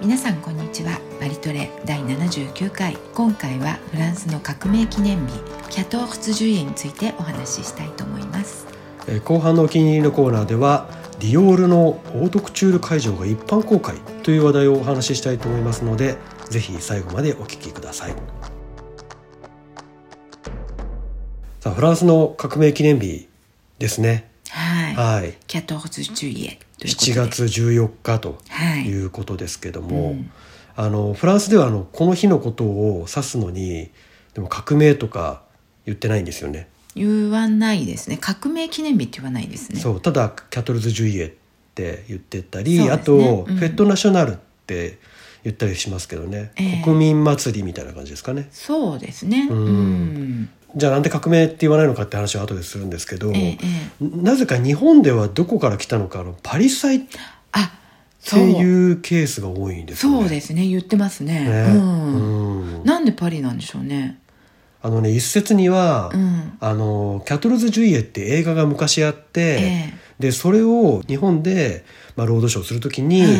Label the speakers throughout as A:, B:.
A: 皆さんこんにちはバリトレ第79回今回はフランスの革命記念日キャトーフツジュイエについてお話ししたいと思います
B: えー後半のお気に入りのコーナーではディオールのオートクチュール会場が一般公開という話題をお話ししたいと思いますのでぜひ最後までお聞きくださいさあフランスの革命記念日ですね
A: はい、
B: はい
A: キャトーフツジュイエということで
B: 7月14日と
A: はいいう
B: ことですけど
A: う
B: も、
A: ん
B: あのフランスではあのこの日のことを指すのにでも革命とか言ってないんですよね
A: 言わないですね革命記念日って言わないですね
B: そうただキャトルズ・ジュイエって言ってたり、
A: そうですね
B: あと、
A: うん
B: フェットナショナルって言ったりしますけどね、
A: ええ
B: 国民祭りみたいな感じですかね
A: そうですね
B: うん
A: うん
B: じゃあなんで革命って言わないのかって話は後でするんですけ
A: え
B: ど、
A: えええ
B: なぜか日本ではどこから来たのかあのパリ祭っ
A: あ
B: て
A: そう
B: いうケースが多いんですよね
A: そうですね言ってますね
B: ね
A: うん、
B: うん
A: なんでパリなんでしょうね
B: あのね一説には、
A: うん
B: あのキャトルズ・ジュイエって映画が昔あって、
A: え
B: でそれを日本で、まあ、ロードショーするときに、
A: はい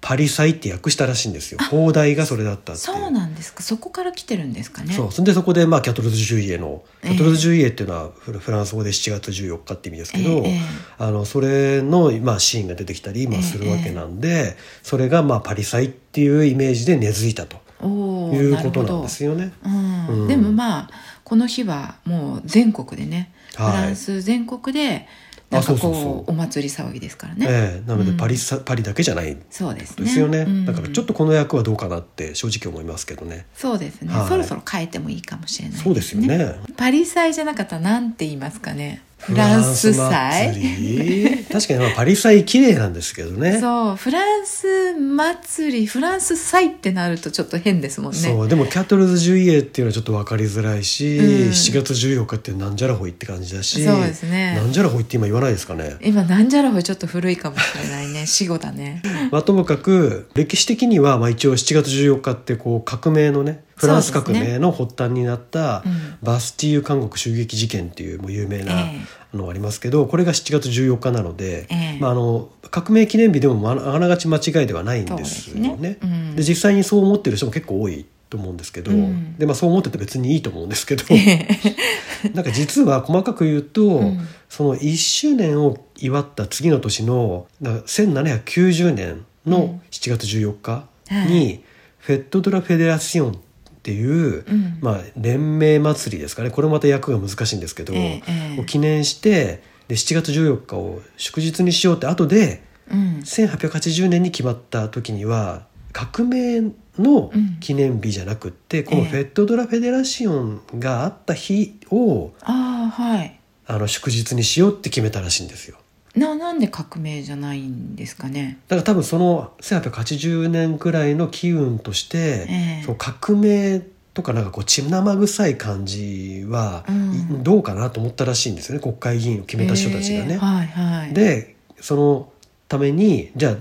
B: パリ祭って訳したらしいんですよ放題がそれだった
A: え
B: ってい
A: そうなんですかそこから来てるんですかね
B: そうそんでそこで、まあ、キャトルズ・ジュイエのキ
A: ええ
B: ャトルズ・ジュイエっていうのはフラフランス語で7月14日って意味ですけど、
A: ええ
B: あのそれの、まあ、シーンが出てきたり今するわけなんで、それが、まあ、パリ祭っていうイメージで根付いたと
A: おお
B: いう
A: なる
B: こと
A: ほ
B: なん
A: ど
B: ですよね。
A: うん
B: うん
A: でもまあこの日はもう全国でね、
B: はい
A: フランス全国でなんかこ
B: あ
A: う
B: そうそうそう
A: お祭り騒ぎですからね、
B: ええなので
A: うん
B: パリさ、パリだけじゃない
A: そうですね
B: ですよね、
A: うん
B: だからちょっとこの役はどうかなって正直思いますけどね。
A: そうですね、
B: はい
A: そろそろ変えてもいいかもしれない、
B: そうですよね。
A: パリ祭じゃなかったらなんて言いますかねフランス
B: フランス
A: 祭
B: 祭り確かにまあパリ祭綺麗なんですけど ね。
A: そうフランス祭りフランス祭ってなるとちょっと変ですもんね
B: そうでもキャトルズ・ジュイエっていうのはちょっと分かりづらいし、
A: うん
B: 7月14日ってなんじゃらほいって感じだし
A: そうですね
B: なんじゃらほいって今言わないですかね。
A: 今なんじゃらほいちょっと古いかもしれないね死後だね
B: まあ、ともかく歴史的にはまあ一応7月14日ってこう革命のねフランス
A: そうです
B: 革
A: ね
B: 命の発端になった
A: うん
B: バスティーユ監獄襲撃事件っていうもう有名な
A: え
B: のがありますけどこれが7月14日なので、
A: ええ
B: まあ、あの革命記念日でもまああながち間違いではないんです
A: そ
B: よ
A: うで
B: ね。
A: すねうん
B: で実際にそう思ってる人も結構多いと思うんですけど、
A: うん
B: でまあ、そう思ってて別にいいと思うんですけど なんか実は細かく言うと、
A: ん
B: その1周年を祝った次の年のな1790年の7月14日に、フェット・ドゥ・ラ・フェデラシオンっていう、
A: うん
B: まあ、連盟祭りですかねこれまた役が難しいんですけど、
A: ええええ
B: を記念してで7月14日を祝日にしようって後で
A: うん
B: 1880年に決まった時には革命の記念日じゃなくって、このフェット・ドゥ・ラ・フェデラシオンがあった日を
A: ああはい
B: あの祝日にしようって決めたらしいんですよ。
A: ななんで革命じゃないんですかね
B: だから多分その1880年くらいの機運として、
A: ええ
B: その革命とかなんかこう血生臭い感じは、
A: うん
B: いどうかなと思ったらしいんですよね国会議員を決めた人たちがね。
A: えーはいはい
B: でそのためにじゃあ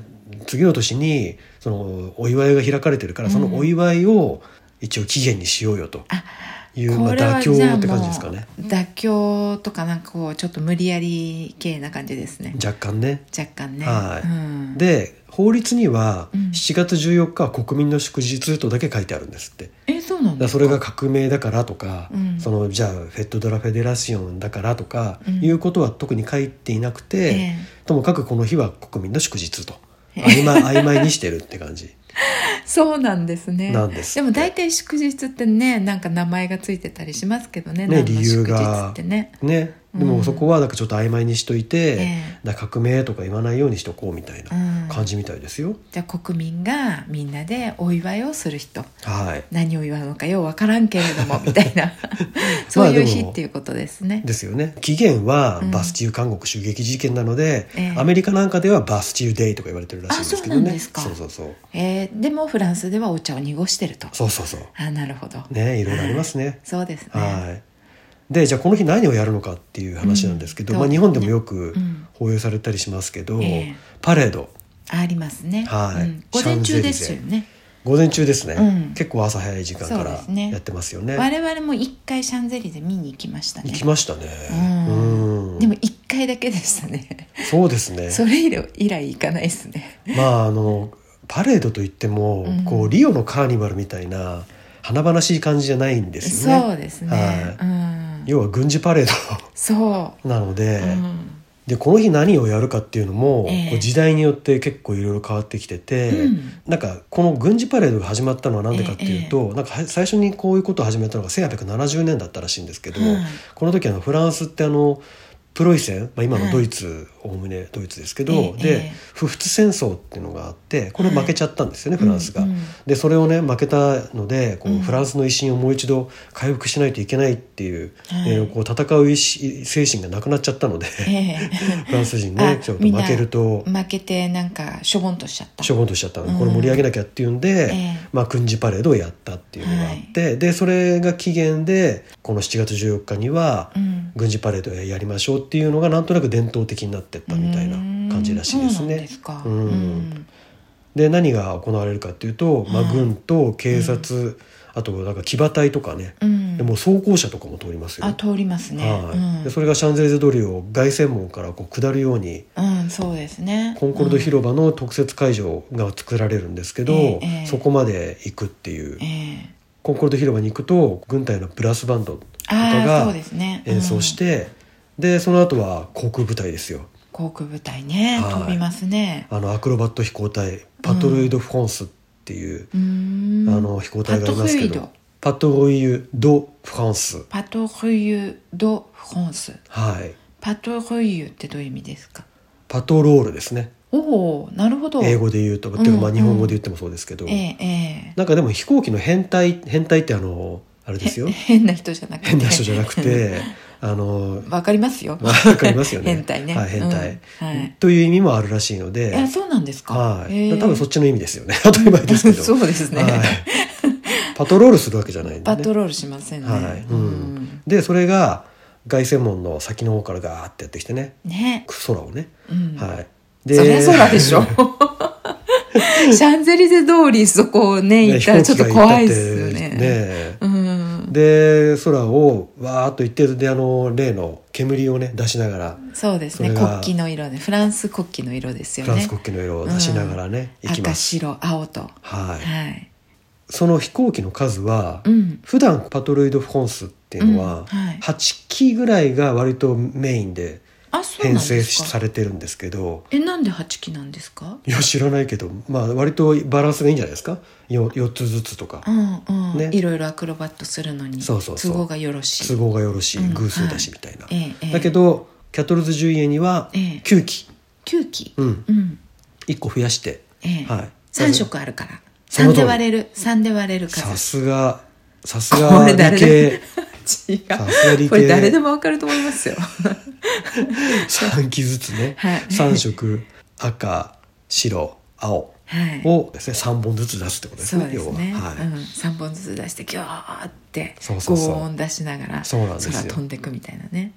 B: 次の年にそのお祝いが開かれてるから、そのお祝いを一応期限にしようよという、まあ、
A: これは
B: 妥協
A: じゃあ
B: って感じですかね
A: もう妥協とかなんかこうちょっと無理やり系な感じですね
B: 若干ね。
A: 若干ね
B: はい
A: うん、
B: で法律には
A: うん
B: 7月14日は国民の祝日とだけ書いてあるんですって、だ
A: えそうなん
B: か
A: で
B: ら
A: すか
B: それが革命だからとか、
A: うん
B: そのじゃあフェット・ドラ・フェデラシオンだからとか、
A: うん
B: いうことは特に書いていなくて、
A: ええ
B: ともかくこの日は国民の祝日と曖昧曖昧にしてるって感じ
A: そうなんですね
B: なんですって
A: も大体祝日ってねなんか名前がついてたりしますけどね
B: ね
A: 何の
B: 理由が
A: 祝日ってね
B: ねで
A: う
B: も
A: ん
B: そこはなんかちょっと曖昧にしといて、
A: え
B: だから革命とか言わないようにしとこうみたいな
A: うん
B: 感じみたいですよ、
A: じゃあ国民がみんなでお祝いをする人
B: はい
A: 何を祝うのかようわからんけれどもみたい なそういう
B: で
A: 日
B: も
A: っていうことですね、
B: ですよね期限は
A: うん
B: バスチュー監獄襲撃事件なので、
A: ええ
B: アメリカなんかではバスチューデイとか言われてるらしいんですけどね
A: あそうなんですか
B: そうそうそう
A: えーでもフランスではお茶を濁してると
B: そうそうそう
A: あなるほど、
B: ねいろいろありますね
A: そうですね
B: はいでじゃあこの日何をやるのかっていう話なんですけど、
A: うん
B: まあ、
A: そうで
B: 日
A: すね
B: 本でもよく
A: うん
B: 放映されたりしますけど、
A: ええ
B: パレード
A: ありますね、
B: はい
A: うん午前中ですよね
B: 午前中ですね、
A: うん
B: 結構朝早い時間か
A: そう
B: ら
A: ですね
B: やってますよね
A: 我々も一回シャンゼリゼ見に行きましたね
B: 行きましたね
A: うん
B: うん
A: でも一回だけでしたね
B: そうですね
A: それ以来以来行かないですね
B: まああのパレードといっても、
A: うん
B: こうリオのカーニバルみたいな華々しい感じじゃないんですよね。
A: そうですね、
B: はい
A: うん、
B: 要は軍事パレー
A: そ
B: ドなので、
A: う、うん
B: でこの日何をやるかっていうのも、
A: ええ
B: こう時代によって結構いろいろ変わってきてて、
A: うん
B: なんかこの軍事パレードが始まったのは何でかっていうと、なんかは最初にこういうことを始めたのが1870年だったらしいんですけど、
A: はい
B: この時あのフランスってあのプロイセン、まあ、今のドイツおおむねドイツですけど、
A: えええ
B: で
A: え
B: 不仏戦争っていうのがあってこれ負けちゃったんですよね、フランスが。
A: うんうん
B: でそれをね負けたのでこ
A: う
B: うんフランスの威信をもう一度回復しないといけないっていう,、
A: はい
B: えーこう戦う意志精神がなくなっちゃったので、
A: え
B: フランス人
A: あ
B: ねちょっと
A: みんな
B: 負けると
A: え負けてなんかしょぼんとしちゃった
B: しょぼんとしちゃったので、
A: うん
B: これ盛り上げなきゃっていうんで、
A: ええ
B: まあ、軍事パレードをやったっていうのがあって、でそれが起源でこの7月14日には
A: うん
B: 軍事パレードをやりましょうっていうのがなんとなく伝統的になってったみたいな感じらしいです
A: うんそうなん
B: ね
A: で。すか
B: うんで何が行われるかっていうと、まあ、
A: はい
B: 軍と警察、あとなんか騎馬隊とかね、
A: うん
B: でもう装甲車とかも通りますよ。
A: あ通りますね、
B: はいで
A: う
B: それがシャンゼリゼ通りを凱旋門からこう下るように
A: ん、うん、そうですね
B: コンコルド広場の特設会場が作られるんですけど、
A: うんええええ
B: そこまで行くっていう
A: うんええ
B: コンコルド広場に行くと軍隊のブラスバンドとか
A: ああそう
B: が
A: ですね
B: 演奏し、て、でその後は航空部隊ですよ
A: うん航空部隊ね
B: はい
A: 飛びますね
B: あのアクロバット飛行隊パトルイド・フォンスっていう、
A: うーん
B: あの飛行隊がいますけ
A: パトルイ
B: ど
A: ド
B: パトルイド・フランス
A: パトルユ・ド・フランス
B: はい
A: パトルユってどういう意味ですか
B: パトロールですね
A: おおなるほど
B: 英語で言うと、っていうかまあ日本語で言ってもそうですけど、
A: えええ
B: なんかでも飛行機の変態変態ってあのあれですよ
A: え変な人じゃなくて
B: 変な人じゃなくてあの
A: わかりますよ
B: わかりますよね
A: 変態ね
B: はい、変態、
A: うんはい
B: という意味もあるらしいので
A: えそうなんですか
B: はい、
A: へえ
B: 多分そっちの意味ですよね 当たり前ですけ ど
A: そうですね、
B: はい、パトロールするわけじゃないんで、ね、
A: パトロールしませんね、
B: はいうんでそれが凱旋門の先の方からガーってやってきてね
A: ね
B: 空をね、
A: うん
B: はい
A: そりゃそうだで しょ
B: ね
A: シャンゼリゼ通りそこをね行ったらちょっと怖いですよね
B: 飛行機が行ったってね
A: うん
B: で空をわーっと一定であの例の煙をね出しながら
A: そうですね
B: それ
A: 国
B: が
A: 旗の色ねフランス国旗の色ですよ
B: フラン
A: ね
B: ス国旗の色を出しながらね、行きま
A: 赤
B: す、
A: 白青と
B: はい、
A: はい
B: その飛行機の数は、
A: うん
B: 普段パトルイド・フォンスっていうのは、
A: うんはい
B: 8機ぐらいが割とメインで
A: あそう
B: 編
A: なん
B: 成
A: です
B: さ
A: か
B: れてるんですけど
A: えなんで八機なんですか
B: いや知らないけど、まあ、割とバランスがいいんじゃないですか 4, つずつとか、
A: うんうん、
B: ね
A: いろいろアクロバットするのに
B: そうそうそう
A: 都合がよろしい
B: 都合がよろしい、
A: うん
B: 偶数だしみたいな、
A: はいええええ
B: だけどキャトルズ・ジュイエには
A: ええ
B: 9機、
A: 9機
B: うん、
A: うん
B: 1個増やして、
A: ええ、
B: はい
A: 3色あるから
B: その
A: 3
B: 通り
A: で割れる3で割れる
B: さ
A: 数
B: すがさすが理系
A: 違
B: さすが
A: う
B: 理系
A: これ誰でもわかると思いますよ
B: 3機ずつね、
A: はい
B: 3色赤白青
A: はい
B: をですね3本ずつ出すってことです
A: そう
B: ね
A: ですね、
B: 要は、はい
A: うん、3本ずつ出してギョーって
B: そうそうそう
A: 轟音出しながら
B: そうなん
A: 空
B: ですよ
A: 飛んでくみたいなね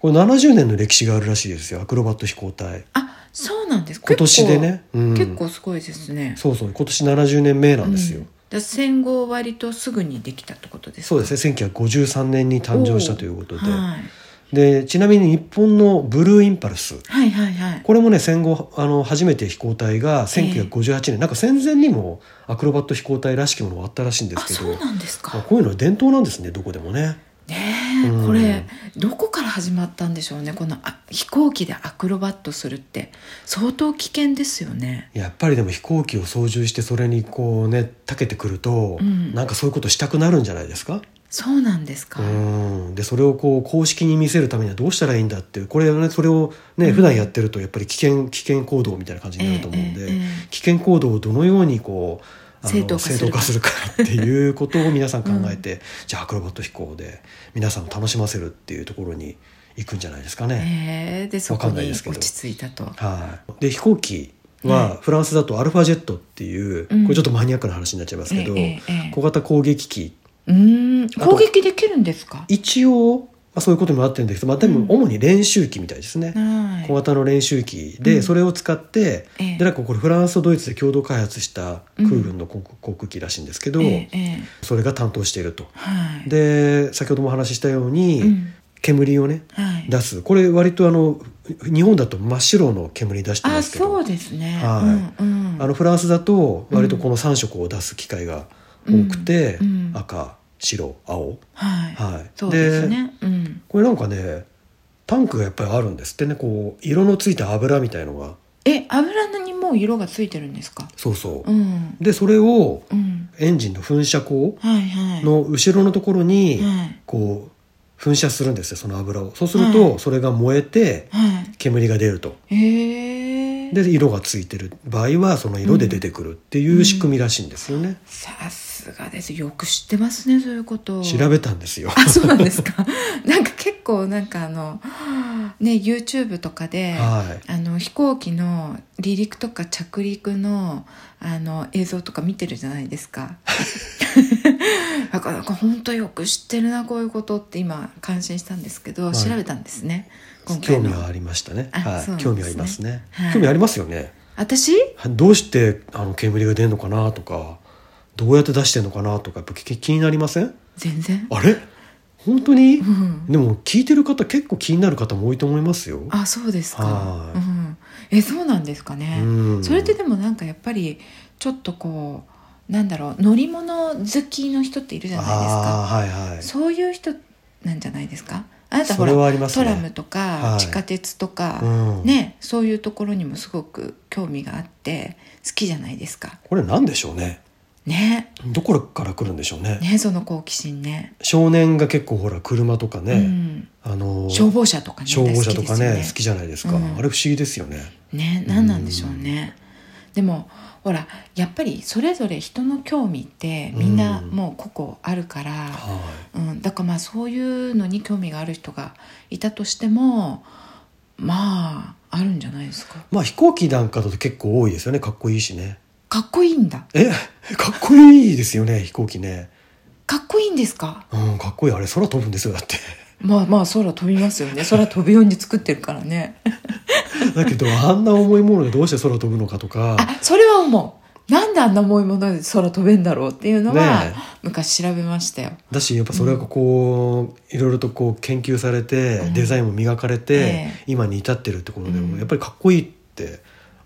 B: これ70年の歴史があるらしいですよアクロバット飛行隊
A: あそうなんです
B: 今年でね、うん、
A: 結構,、結構すごいですね
B: そうそう今年70年目なんですよ、
A: うんだ戦後割とすぐにできたってことですか
B: そうですね1953年に誕生したということで,、
A: はい、
B: でちなみに日本のブルーインパルス
A: はいはいはい
B: これもね戦後あの初めて飛行隊が1958年、なんか戦前にもアクロバット飛行隊らしきものがあったらしいんで
A: あ
B: すけ
A: そ
B: ど
A: うなんですか
B: あこういうのは伝統なんですねどこでもね
A: ねえ、
B: うん
A: これどこから始まったんでしょうねこのあ飛行機でアクロバットするって相当危険ですよね
B: やっぱりでも飛行機を操縦してそれにこうねたけてくると、
A: うん
B: なんかそういうことしたくなるんじゃないですか、
A: そうなんですか、
B: うんでそれをこう公式に見せるためにはどうしたらいいんだっていうこれ、ね、それをね、普段やってるとやっぱり危険危険行動みたいな感じになると思うんで、
A: ええええええ
B: 危険行動をどのようにこうあの
A: 正当化するか
B: 正当化するかっていうことを皆さん考 えて、じゃあアクロバット飛行で皆さんを楽しませるっていうところに行くんじゃないですかね。
A: ええでそこ
B: わかんない
A: に
B: ですけど
A: 落ち着いたと
B: はい、で飛行機はフランスだとアルファジェットっていう、
A: うん
B: これちょっとマニアックな話になっちゃいますけど、
A: ええええ
B: 小型攻撃機
A: うーん
B: と
A: 攻撃できるんですか
B: 一応、まあ、そういうこともあってるんですけど、まあ、で
A: うん
B: も主に練習機みたいですね。
A: はい
B: 小型の練習機
A: う
B: で
A: ん
B: それを使って、
A: ええ
B: でなんかこれフランスとドイツで共同開発した空軍の航航空機らしいんですけど、
A: ええええ
B: それが担当していると。
A: はい
B: で先ほどもお話ししたように、
A: うん
B: 煙をね
A: はい
B: 出すこれ割とあの日本だと真っ白の煙出してま
A: あ
B: すけど
A: そうですね、
B: はい
A: うんうん、
B: あのフランスだと割とこの3色を出す機会が多くて、
A: うんうん
B: 赤白青
A: はい、
B: はい
A: そうですねうん
B: これなんかねタンクがやっぱりあるんですってねこう色のついた油みたいのが
A: え油にもう色がついてるんですか
B: そうそう、
A: うん
B: でそれを
A: うん
B: エンジンの噴射口
A: はいはい
B: の後ろのところに
A: はい
B: こう噴射するんですよその油をそうするとそれが燃えて
A: は
B: 煙が出ると
A: いへえ
B: で色がついてる場合はその色で出てくるっていう仕組みらしいんですよね、
A: さすがですよく知ってますねそういうことを
B: 調べたんですよ
A: あそうなんですか なんか結構なんかあのね YouTube とかで、
B: は
A: あの飛行機の離陸とか着陸のあの映像とか見てるじゃないです かだからなんか本当よく知ってるなこういうことって今感心したんですけど、
B: はい
A: 調べたんですね今
B: い
A: 回
B: 興味
A: の
B: はありましたね
A: あ
B: はい
A: そうなんですね
B: 興味ありますね、
A: はい
B: 興味ありますよね
A: 私
B: どうしてあの煙が出るのかなとかどうやって出してるのかなとかやっぱ気気になりません
A: 全然
B: あれ本当に、
A: ん
B: でも聞いてる方結構気になる方も多いと思いますよ
A: あそうですか
B: は、い
A: うん、えそうなんですかね、
B: うん
A: それってでもなんかやっぱりちょっとこうなんだろう乗り物好きの人っているじゃないですか
B: あーはいはい
A: そういう人なんじゃないですかあなたほ
B: そ
A: ら、
B: れはあります
A: ト
B: ね
A: ラムと
B: は
A: か
B: い
A: 地下鉄とか、
B: うん
A: ねそういうところにもすごく興味があって好きじゃないですか
B: これなんでしょうね
A: ね
B: どこから来るんでしょうね
A: ねその好奇心ね
B: 少年が結構ほら車とか
A: う
B: ね、
A: ん、
B: あの
A: 消防車とかね
B: 消防車とかね好
A: 好き
B: き
A: ですよ
B: じゃないですか、
A: うん
B: あれ不思議ですよね
A: ねね何なんでしょうね、でもほらやっぱりそれぞれ人の興味ってみんな
B: うん
A: もう個々あるから、
B: は
A: うん、だからまあそういうのに興味がある人がいたとしてもまああるんじゃないですか
B: いまあ飛行機なんかだと結構多いですよねかっこいいしね
A: かっこいいんだ
B: え かっこいいですよね飛行機ね
A: かっこいいんですか
B: うんかっこいいあれ空飛ぶんですよだって
A: まあまあ空飛びますよね空飛ぶように作ってるからね
B: だけどあんな重いものでどうして空飛ぶのかとか
A: あそれは思うなんであんな重いもので空飛べんだろうっていうのは、
B: ねえ
A: 昔調べましたよ
B: だしやっぱそれがこう、いろいろとこう研究されて、
A: うん
B: デザインも磨かれて、
A: ええ
B: 今に至ってるってことでも、
A: うん
B: やっぱりかっこいいって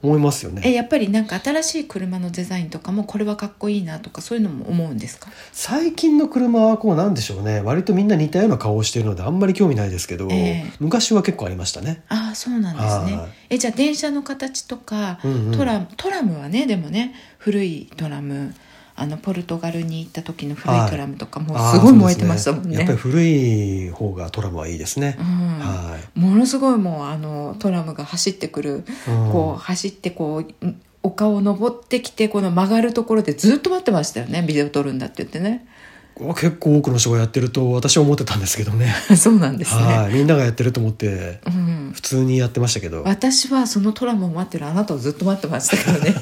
B: 思いますよ
A: え
B: ね
A: やっぱりなんか新しい車のデザインとかもこれはかっこいいなとかそういうのも思うんですか
B: 最近の車はこうなんでしょうね割とみんな似たような顔をしているのであんまり興味ないですけど、
A: ええ
B: 昔は結構ありましたね
A: ああそうなんです
B: はい
A: ねえじゃあ電車の形とか、
B: うんうん
A: トラムトラムはねでもね古いトラムあのポルトガルに行った時の古いトラムとかもう
B: あー
A: すごい
B: そう
A: 燃
B: で
A: えてましたもんね
B: やっぱり古い方がトラムはいいですね
A: う、ん
B: はい、
A: ものすごいもうあのトラムが走ってくる、
B: うん
A: こう走ってこうん丘を登ってきてこの曲がるところでずっと待ってましたよねビデオ撮るんだって言ってね
B: 結構多くの人がやってると私は思ってたんですけどね
A: そうなんですね、
B: はいみんながやってると思って
A: うん、
B: 普通にやってましたけど、
A: 私はそのトラムを待ってるあなたをずっと待ってましたけどね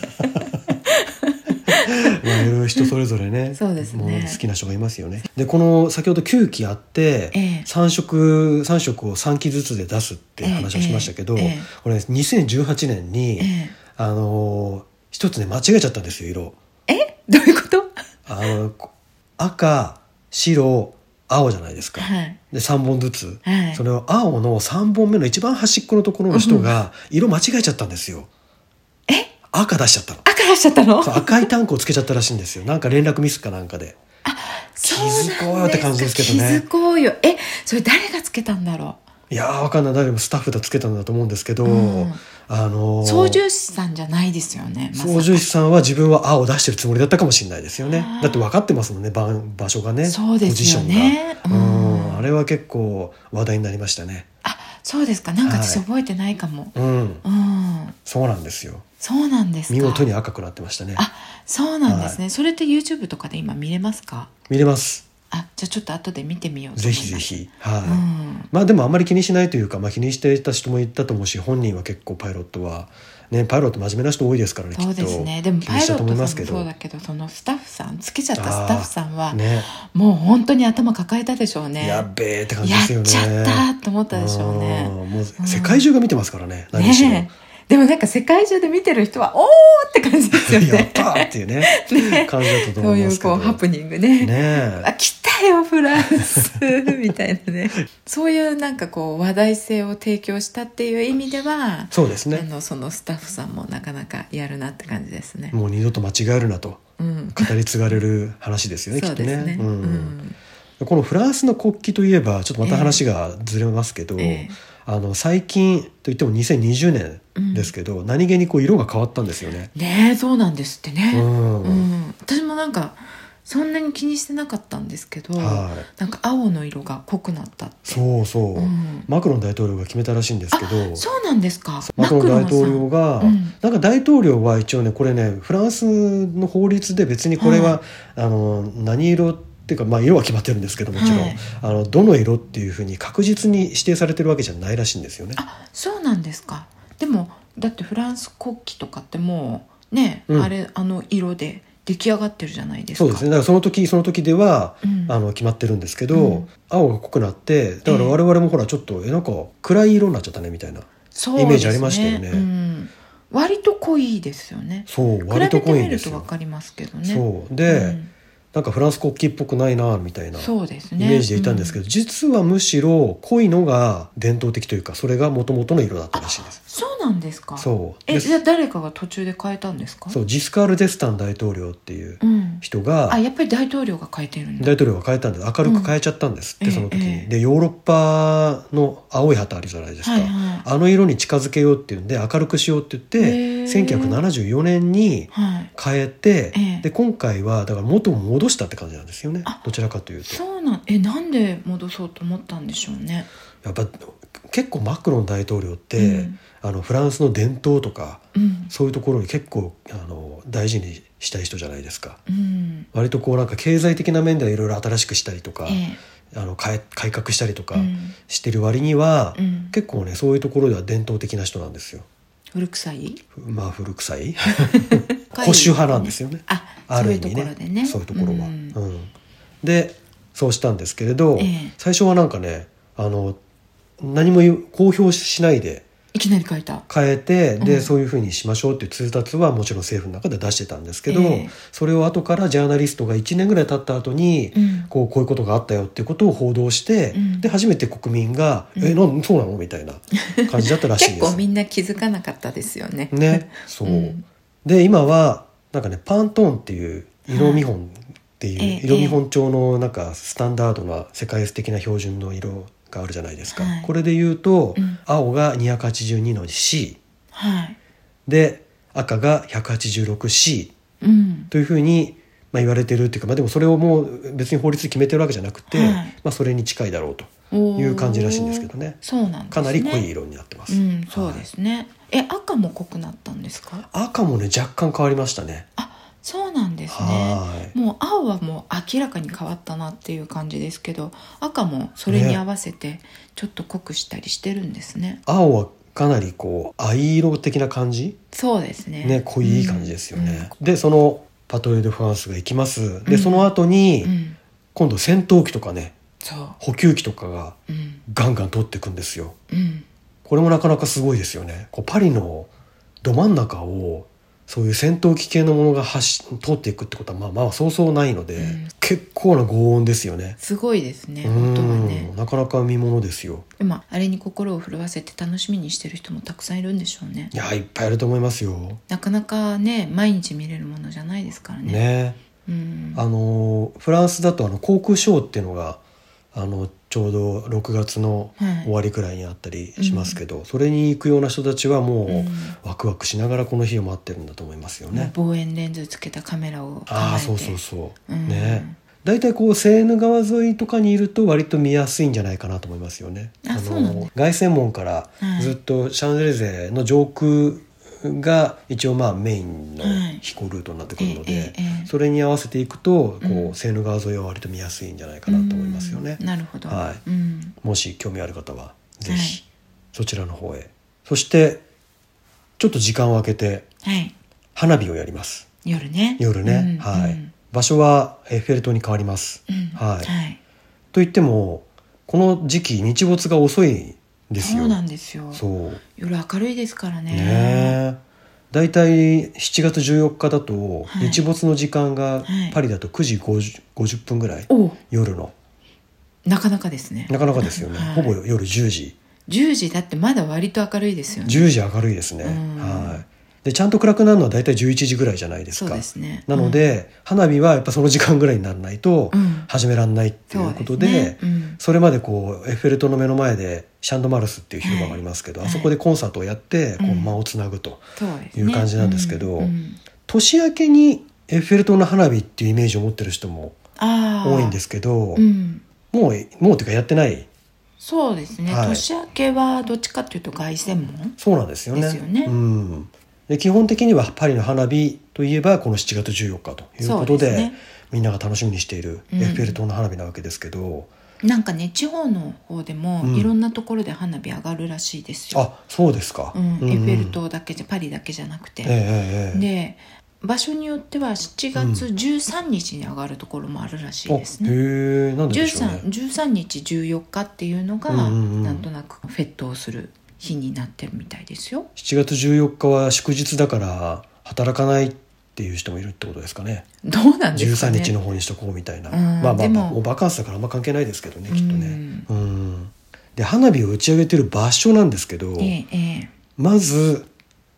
B: まあ、いろいろ人それぞれね
A: そうですね
B: も好きな人がいますよねでこの先ほど9機あって、
A: ええ
B: 3色三色を3機ずつで出すって話をしましたけど、
A: ええええ
B: これ2018年に、
A: ええ
B: あのー一つね間違えちゃったんですよ色
A: えどういうこと
B: あのこ赤白青じゃないですか、
A: はい
B: で3本ずつ、
A: はい
B: それを青の3本目の一番端っこのところの人が色間違えちゃったんですよ
A: え
B: 赤出しちゃったの
A: 赤出しちゃったの
B: そう赤いタンクをつけちゃったらしいんですよなんか連絡ミスかなんかで
A: 気
B: 気づこうよって感じですけど
A: 気
B: ね
A: づこうよえそれ誰がつけたんだろ
B: いやーわかんない誰もスタッフだつけたんだと思うんですけど、
A: うん
B: あ
A: う
B: のー
A: 操縦士さんじゃないですよねまさか
B: 操縦士さんは自分は青を出してるつもりだったかもしれないですよね
A: あー
B: だって分かってますもんね場場所がね
A: そうですよね
B: ポジションが
A: う
B: うんんあれは結構話題になりましたね
A: あそうですかなんか私
B: はい
A: 覚えてないかも、
B: うん
A: うん
B: そうなんですよ
A: そうなんですか
B: 見事に赤くなってましたね
A: あそうなんですね、それって YouTube とかで今見れますか
B: 見れます
A: あじゃあちょっと後で見てみようと思
B: ぜ
A: います
B: ひぜひはい、
A: うん
B: まあでもあんまり気にしないというか、まあ、気にしていた人もいたと思うし本人は結構パイロットは、ね、パイロット真面目な人多いですからねきっ
A: そ
B: と
A: うですねでも
B: 気
A: パ
B: に
A: イ
B: し
A: ロ
B: た
A: ッ
B: と思い
A: トさ
B: ます
A: ん
B: け
A: も
B: ど
A: そうだけどそのスタッフさんつけちゃったスタッフさんは、
B: ね
A: もう本当に頭抱えたでしょうね
B: やっべえって感じで
A: や
B: すよ
A: っ
B: ね
A: ちゃったと思ったでしょうね
B: うんもう世界中が見てますからね、何しろ、
A: ねえでもなんか世界中で見てる人はおーって感じですよ
B: やっ
A: ね
B: たーっていうね感じだったと
A: そ
B: 思
A: う
B: い
A: い
B: ます
A: う
B: け
A: こ
B: ど
A: うハプニングね
B: ねえ
A: あ来たよフランスみたいなねそういうなんかこう話題性を提供したっていう意味では、
B: そうです
A: あ
B: ね
A: のそのスタッフさんもなかなかやるなって感じですね。
B: もう二度と間違えるなと
A: うん、
B: 語り継がれる話ですよねき
A: そう
B: っと
A: です
B: ね
A: ね。
B: うんこのフランスの国旗といえばちょっとまた話がずれますけど、
A: ええ
B: あの最近といっても2020年ですけど、何気にこう色が変わったんですよね。
A: ねえそうなんですって
B: う
A: ね、
B: ん
A: うん私もなんかそんなに気にしてなかったんですけど、
B: はい
A: なんか青の色が濃くなったって
B: そうそう、
A: うん
B: マクロン大統領が決めたらしいんですけど
A: あそうなんですか
B: マクロン大統領
A: マクロン
B: が、
A: うん
B: なんか大統領は一応ねこれねフランスの法律で別にこれは、あの何色っていうか、まあ、色は決まってるんですけどもちろん、
A: はい
B: あのどの色っていうふうに確実に指定されてるわけじゃないらしいんですよね
A: さ。んあそうなんですかでもだってフランス国旗とかってもうね、
B: うん
A: あれあの色で出来上がってるじゃないですか
B: そうですねだからその時その時では、
A: うん
B: あの決まってるんですけど、
A: うん
B: 青が濃くなってだから我々もほらちょっと、えなんか暗い色になっちゃったねみたいな
A: そうです
B: イメージありましたよね
A: うん、割と濃いですよね
B: そう
A: 比
B: 割
A: べ
B: と
A: て
B: 濃
A: み
B: いんで
A: る
B: す
A: と
B: よ
A: わ。かりますけどね
B: そうで、
A: うん
B: なんかフランス国旗っぽくないなみたいなイ
A: そうですね
B: メージでいたんですけ
A: ど、
B: ど、実はむしろ濃いのが伝統的というかそれがもともとの色だったらしいです。
A: そうなんですか
B: そう
A: え
B: で
A: じゃあ誰かが途中で変えたんですか
B: そうジスカール・デスタン大統領っていう
A: うん、
B: 人が
A: あやっぱり大統領が変えてるんだ
B: 大統領が変えたんです明るく変えちゃったんですって、
A: うん
B: その時
A: え
B: に。
A: え
B: でヨーロッパの青い旗あるじゃないですか、
A: はいはい
B: あの色に近づけようっていうんで明るくしようって言って
A: へー
B: 1974年に
A: はい
B: 変えて、
A: ええ
B: で今回はだから元を戻したって感じなんですよね
A: あ
B: どちらかというと。
A: そうなんえなんで戻そうと思ったんでしょうね
B: やっぱ結構マクロン大統領って、
A: うん
B: あのフランスの伝統とか
A: うん、
B: そういうところに結構あの大事にしたい人じゃないですか
A: うん
B: 割とこうなんか経済的な面ではいろいろ新しくしたりとか、
A: え
B: あの改改革したりとか
A: うん
B: してる割には、
A: うん
B: 結構ねそういうところでは伝統的な人なんですよ
A: 古臭い
B: まあ古臭い保守派なんですよね
A: あ
B: あ
A: そう
B: る
A: い
B: 意
A: うと
B: 味
A: ころ
B: ね
A: でね
B: そういうところは。
A: うん
B: うんでそうしたんですけれど、
A: ええ
B: 最初はなんかねあの何も言う公表しないで
A: いきなり変えた
B: 変えてで、
A: うん
B: そういうふうにしましょうっていう通達はもちろん政府の中で出してたんですけど、
A: ええ
B: それを後からジャーナリストが1年ぐらい経った後に、
A: うん
B: こうこういうことがあったよっていうことを報道して、
A: うん
B: で初めて国民が「えなんそうなの?」みたいな感じだったらしい
A: 結
B: です
A: 構。みんな気づかなかったですよね
B: ね、そう、
A: うん
B: で今はなんかねパントーンっていう色見本っていう、
A: はいええ
B: 色見本帳のなんかスタンダードな世界的な標準の色があるじゃないですか、
A: はい
B: これで言うと、
A: うん
B: 青が 282-C
A: はい
B: で赤が 186C
A: うん
B: というふうに、まあ、言われてるっていうか、まあ、でもそれをもう別に法律で決めてるわけじゃなくて、
A: はい
B: まあ、それに近いだろうと
A: おー
B: いう感じらしいんですけどね
A: そうなんですね
B: かなり濃い色になってます。
A: うんそうで
B: はい
A: すねえ赤も濃くなったんですか
B: 赤もね若干変わりましたね。
A: あそうなんですね
B: はい。
A: もう青はもう明らかに変わったなっていう感じですけど赤もそれに合わせてちょっと濃くしたりしてるんですね
B: 青はかなりこう藍色的な感じ
A: そうですね
B: ね濃い感じですよね、でそのパトレード・フランスが行きます
A: う
B: で、
A: ん
B: その後
A: うん、うん
B: に今度戦闘機とかね
A: そ
B: 補給機とかが
A: ううん
B: ガンガン通っていくんですよ
A: うん
B: これもなかなかすごいですよねこうパリのど真ん中をそういう戦闘機系のものが走通っていくってことはまあまあそうそうないので、
A: うん
B: 結構な轟音ですよね
A: すごいですね
B: うん
A: 音がね
B: なかなか見ものですよ
A: 今あれに心を震わせて楽しみにしてる人もたくさんいるんでしょうね
B: いやいっぱいいると思いますよ
A: なかなかね毎日見れるものじゃないですからね
B: ね
A: うん
B: あのフランスだとあの航空ショーっていうのがあのちょうど6月の
A: はい
B: 終わりくらいにあったりしますけど、それに行くような人たちはもう、
A: うん
B: ワクワクしながらこの日を待ってるんだと思いますよ
A: もう
B: ね。
A: 望遠レンズつけたカメラを構えて
B: ああそうそうそう、
A: うん
B: ね大体こうセーヌ川沿いとかにいると割と見やすいんじゃないかなと思いますよね。
A: あそうなんだ
B: 凱旋門から
A: はい
B: ずっとシャンゼリゼの上空が一応まあメインの
A: はい
B: 飛行ルートになってくるの
A: ええ
B: で
A: ええ
B: それに合わせていくと
A: う
B: こ
A: ん
B: うセーヌ川沿いは割と見やすいんじゃないかなと思いますよね
A: うん。なるほど。
B: は
A: うん。
B: もし興味ある方はぜ
A: はい
B: ひそちらの方へそしてちょっと時間を空けて
A: はい。
B: 花火をやります
A: 夜ね。
B: 夜ね、
A: うん
B: は
A: う
B: い
A: ん
B: 場所はエッフェル塔に変わります、
A: うん
B: はい
A: はい。
B: と言ってもこの時期日没が遅いんですよ
A: そうなんですよ。
B: そう
A: 夜明るいですからね。
B: ねえ大体7月14日だと
A: はい
B: 日没の時間が
A: はい
B: パリだと9時 50, 50分ぐらい
A: おう
B: 夜の
A: なかなかですね
B: なかなかですよね、
A: はい
B: ほぼ夜10時
A: 10時だってまだ割と明るいですよね
B: 10時明るいですね、
A: うん
B: はいでちゃんと暗くなるのは大体11時ぐらいじゃないです
A: そう
B: か
A: ですね
B: なの、で、花火はやっぱその時間ぐらいにならないと
A: うん
B: 始めらんないっていうこと
A: そう
B: で,、そ
A: ですねうん
B: れまでこうエッフェル塔の目の前でシャンドマルスっていう広場がありますけど、
A: はい
B: あそこでコンサートをやってこ
A: う
B: うん間をつなぐと、
A: そうですね
B: いう感じなんですけど
A: うんうん
B: 年明けにエッフェル塔の花火っていうイメージを持ってる人も
A: ああ
B: 多いんですけど、
A: うん
B: もうもうというかやってない
A: そうですね、
B: はい
A: 年明けはどっちかというと凱旋門
B: そうなんですよね。
A: ですよね
B: うん、で基本的にはパリの花火といえばこの7月14日ということ
A: そう
B: で
A: ですね
B: みんなが楽しみにしているエッフェル塔の花火なわけですけど。
A: なんかね地方の方でも、
B: うん
A: いろんなところで花火上がるらしいですよ、
B: あそうですか、
A: うんエッフェル
B: っ
A: 塔だけじゃパリだけじゃなくて、
B: ええええええ
A: で場所によっては7月13日に上がるところもあるらしいです
B: お
A: ね、
B: へえなんででしょうね
A: 13, 13日14日っていうのが、
B: うんうんうん
A: なんとなくフェットをする日になってるみたいですよ
B: 7月14日は祝日だから働かないっていう人もいるってことですかね
A: どうなんですか
B: 13
A: ね
B: 日の方にしとこうみたいな、
A: うん
B: まあま
A: で
B: あ、まあ、
A: も
B: もうバカンスだからあんま関係ないですけどねきっとねうんで花火を打ち上げてる場所なんですけど、
A: ええええ
B: まず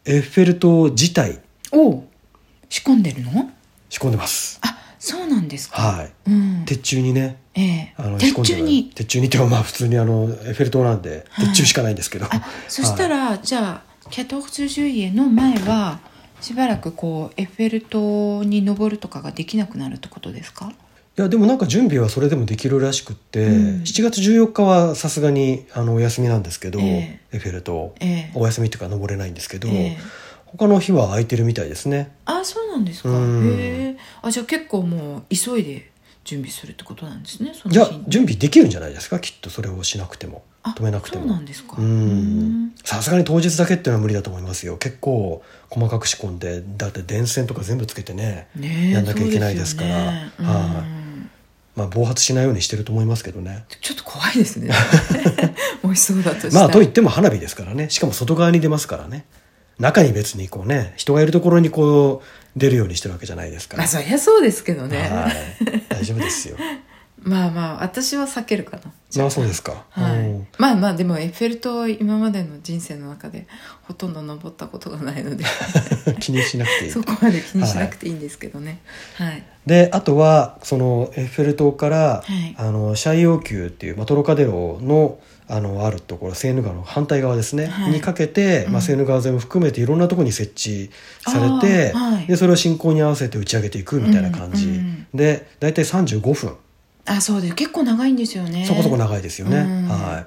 B: エッフェル塔自体
A: おう仕込んでるの
B: 仕込んでます
A: あそうなんですか、
B: はい
A: うん、
B: 鉄柱にね
A: ええ
B: あの仕
A: 鉄
B: 込んでる
A: 柱に
B: 鉄柱にってはまあ普通にあのエッフェル塔なんで
A: はい
B: 鉄柱しかないんですけど、
A: あそしたら、じゃあキャトーズ・ジュイエの前はしばらくこうエッフェル塔に登るとかができなくなるってことですか
B: いやでもなんか準備はそれでもできるらしくって、
A: うん
B: 7月14日はさすがにあのお休みなんですけど、
A: え
B: エッフェル塔、
A: ええ
B: お休みというか登れないんですけど、
A: ええ
B: 他の日は空いてるみたいですね
A: あそうなんですか
B: うん
A: へえあじゃあ結構もう急いで準備するってことなんですねその
B: じゃあ
A: 日に
B: 準備できるんじゃないですかきっとそれをしなくても
A: あ
B: 止めなくて
A: そうな
B: も
A: んですか
B: う
A: うん
B: んさすがに当日だけっていうのは無理だと思いますよ結構細かく仕込んでだって電線とか全部つけてね、
A: ねえ
B: やんなきゃいけないですから
A: そうですよね
B: は
A: うん
B: まあ、暴発しないようにしてると思いますけどね
A: ちょっと怖いです ね美味しそうだとした
B: ま
A: ら
B: あといっても花火ですからねしかも外側に出ますからね中に別にこうね人がいるところにこう出るようにしてるわけじゃないですか
A: ま
B: ら、
A: あそりゃそうですけどね
B: はい大丈夫で すよ
A: まあまあ私は避けるかな
B: まあそうですか、
A: は
B: う
A: い
B: ん、
A: まあまあでもエッフェル塔は今までの人生の中でほとんど登ったことがないので
B: 気にしなくていい
A: そこまで気にしなくていいんですけどねはい、
B: であとはそのエッフェル塔から、
A: はい
B: あのシャイ王宮っていう、まあ、トロカデロのあのあるところセーヌ川の反対側ですね、
A: はい
B: にかけて、
A: うん
B: まあ、セーヌ川沿いも含めていろんなところに設置されて、
A: あーはい
B: でそれを進行に合わせて打ち上げていくみたいな感じ、
A: うんうん
B: で大体35分。
A: あそうです結構長いんですよね
B: そこそこ長いですよね。
A: うん
B: はい。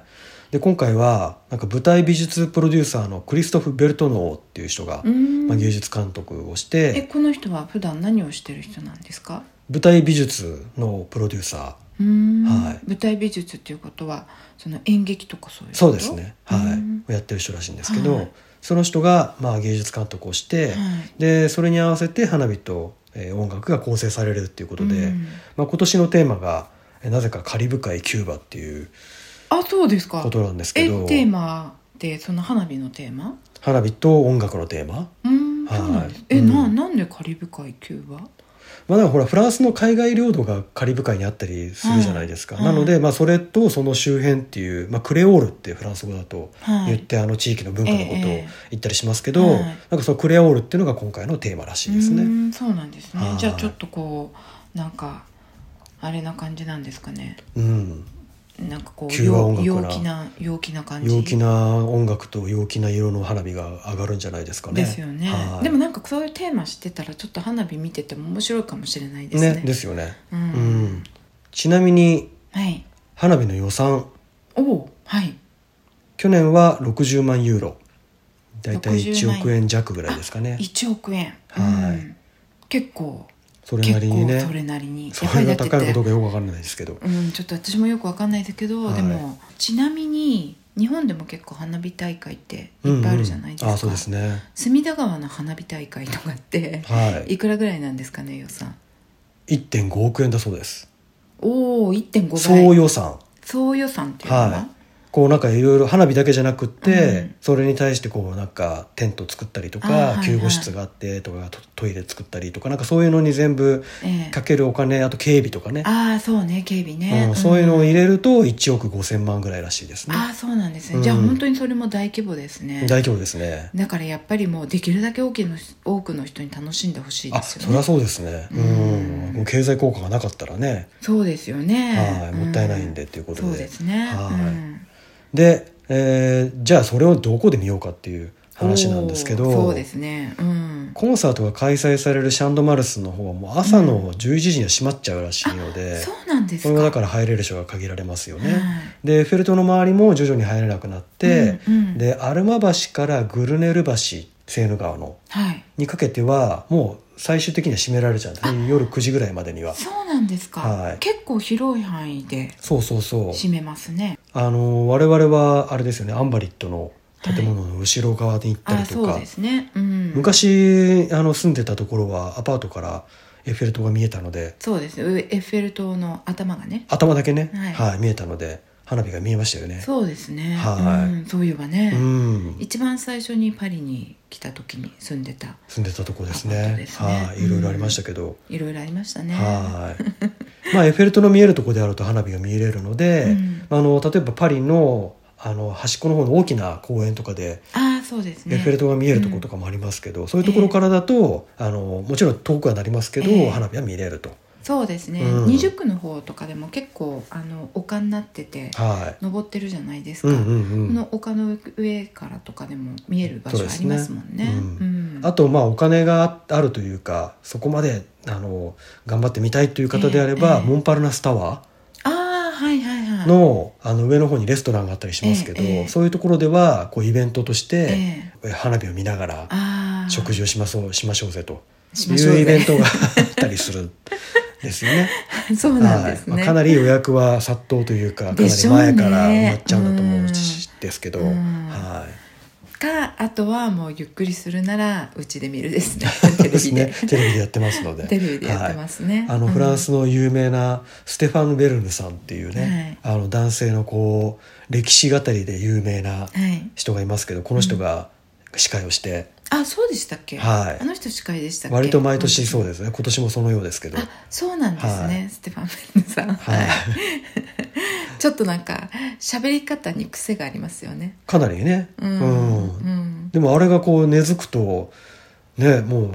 B: で今回はなんか舞台美術プロデューサーのクリストフ・ベルトノーっていう人が、
A: うん
B: まあ、芸術監督をし
A: え
B: て
A: この人は普段何をしてる人なんですか
B: 舞台美術のプロデューサ
A: うーん、
B: はい
A: 舞台美術っていうことはその演劇とかそういうこと
B: ーそうですね、
A: う
B: は
A: ん
B: い、をやってる人らしいんですけど、
A: はい
B: その人が、まあ、芸術監督をし
A: は
B: て、
A: い
B: でそれに合わせて花火と、えー音楽が構成されるっていうことで、
A: うん
B: まあ、今年のテーマがえーなぜかカリブ海キューバっていう
A: あそうですか
B: ことなんですけ
A: え
B: ど
A: テーマってその花火のテーマ
B: 花火と音楽のテーマ
A: うーん
B: はい
A: そうなんですえ、
B: うん
A: ななんでカリブ海キューバ
B: まあ、だからほらフランスの海外領土がカリブ海にあったりするじゃないですか、
A: はい
B: なので、まあ、それとその周辺っていう、まあ、クレオールってフランス語だと
A: はい
B: 言って、あの地域の文化のことを
A: ええ
B: 言ったりしますけど、
A: はい
B: なんかそのクレオールっていうのが今回のテーマらしいです
A: う
B: ね。
A: ーんそうなんですね、
B: はい
A: じゃあちょっとこうなんかあれな感じなんですかね
B: うん、
A: なんかこう
B: キューバ
A: 陽
B: 音
A: 陽
B: 楽な
A: 気な陽気な感じ
B: 陽気な音楽と陽気な色の花火が上がるんじゃないですかね。
A: ですよね、
B: はい
A: でもなんかそういうテーマ知ってたらちょっと花火見てても面白いかもしれないですね
B: ねですよね、
A: う
B: うん
A: ん
B: ちなみに
A: はい
B: 花火の予算
A: おおはい
B: 去年は60万ユーロだいたい
A: 60
B: 1
A: 万
B: 億円弱ぐらいですかね。
A: 1億円
B: はい
A: うん結構
B: それなりにね
A: 結構それなりに
B: それが高いかど
A: か
B: うかよくわかんないですけど。
A: うん、ちょっと私もよくわかんないんだけど、
B: はい
A: でもちなみに日本でも結構花火大会っていっぱいあるじゃないですか、
B: うんうんあ、そうですね。
A: 隅田川の花火大会とかって、、
B: はい
A: くらぐらいなんですかね予算
B: い。1.5億円だそうです。
A: おお1.5倍
B: 総予算。
A: 総予算っていうのは、
B: はいこうなんかいろいろ花火だけじゃなくって、
A: うん
B: それに対してこうなんかテント作ったりと
A: あーはい
B: か
A: はい
B: 救護室があってとかトトイレ作ったりとかなんかそういうのに全部
A: ええ
B: かけるお金あと警備とかね、
A: ああそうね警備ね、
B: うん、そういうのを入
A: れ
B: れると1億5千万ぐらいらしいですね
A: ああそうなんですね、
B: うん
A: じゃあ本当にそれも大規模ですね
B: 大規模ですね
A: だからやっぱりもうできるだけ多くの多くの人に楽しんでほしいで
B: あ
A: す
B: そ
A: よ
B: り
A: ね
B: ゃそうですねう
A: うん
B: んもう経済効果がなかったらね
A: そうですよね
B: はいもったいないんで
A: う
B: っていうことで
A: そうですね
B: はい
A: うん
B: で、えーじゃあそれをどこで見ようかっていう話なんですけど
A: おーそうですねうん
B: コンサートが開催されるシャンドマルスの方はもう朝の11時には閉まっちゃうらしいので、
A: そうなんです
B: こ
A: か
B: れはだから入れる人が限られますよね。
A: はい
B: でフェルトの周りも徐々に入れなくなって、
A: うんうん
B: でアルマ橋からグルネル橋セーヌ川の
A: はい
B: にかけてはもう最終的には閉められちゃうんですね夜9時ぐらいまでには。
A: そうなんですか、
B: はい
A: 結構広い範囲で
B: そうそうそう
A: 閉めますね
B: あの我々はあれですよねアンバリットの建物の後ろ側に行った
A: あ
B: り
A: あ
B: と
A: そ
B: か、
A: うですねうん
B: 昔あの住んでたところはアパートからエッフェル塔が見えたので
A: そうですねエッフェル塔の頭がね
B: 頭だけね、
A: は
B: はいい見えたので花火が見えましたよね。
A: そうですね、
B: はい
A: うん、そういえばね、
B: うん、
A: 一番最初にパリに来た時に住んでた
B: 住んでたとこです
A: アパート
B: ね
A: ですね
B: はいいろいろありましたけど、
A: いろいろありましたね
B: はいまあエッフェル塔の見えるとこであると花火が見れるので、
A: うん
B: あの例えばパリのあの端っこの方の大きな公園とかで
A: ああそうです
B: エ
A: ね
B: ッフェル塔が見えるところとかもありますけど、そういうところからだと、あのもちろん遠くはなりますけど、
A: ええ
B: 花火は見れると。
A: そうですね、
B: うん
A: 二十区の方とかでも結構あの丘になってて
B: は
A: 登ってるじゃないです
B: い、
A: か、
B: うんうんう
A: こ
B: ん、
A: の丘の上からとかでも見える場所
B: そうで
A: あ
B: す
A: り
B: ね
A: ますもんね
B: う
A: うん
B: あとまあお金があるというかそこまであの頑張ってみたいという方であれ
A: え
B: ば、
A: え
B: モンパルナスタワ
A: ああはいはいは
B: ー
A: い
B: の,、あの上の方にレストランがあったりしますけど、
A: ええええ
B: そういうところではこうイベントとし
A: え
B: て、
A: え
B: 花火を見ながら
A: ああ
B: 食事をしまそうしましょうぜと
A: し
B: い
A: ましょう
B: う
A: ぜ
B: イベントがあったりするんですよね。
A: そうなんですね、
B: はいまあ、かなり予約は殺到というかかな
A: で
B: り
A: しょうね
B: 前から埋まっちゃうんだと思うしですけど、
A: うん
B: は
A: かあとはもうゆっくりするならうちで見るです ね
B: い、
A: テレビで
B: ですねテレビでやってますので
A: テレビでやって
B: は
A: ま
B: い
A: すね、
B: あの
A: うん
B: フランスの有名なステファン・ベルヌさんっていうね、あの男性のこう歴史語りで有名な
A: はい
B: 人がいますけどこの人が司会をして、
A: あそうでしたっけ、
B: はい
A: あの人司会でしたっけ
B: 割と毎年そう
A: す
B: ですね今年もそのようですけど
A: あそうなんですね、
B: はい
A: ステファン・ベルヌさん
B: はい
A: ちょっとなんか喋り方に癖がありますよね
B: かなりね、
A: うん
B: うん
A: うん
B: でもあれがこう根付くとねもう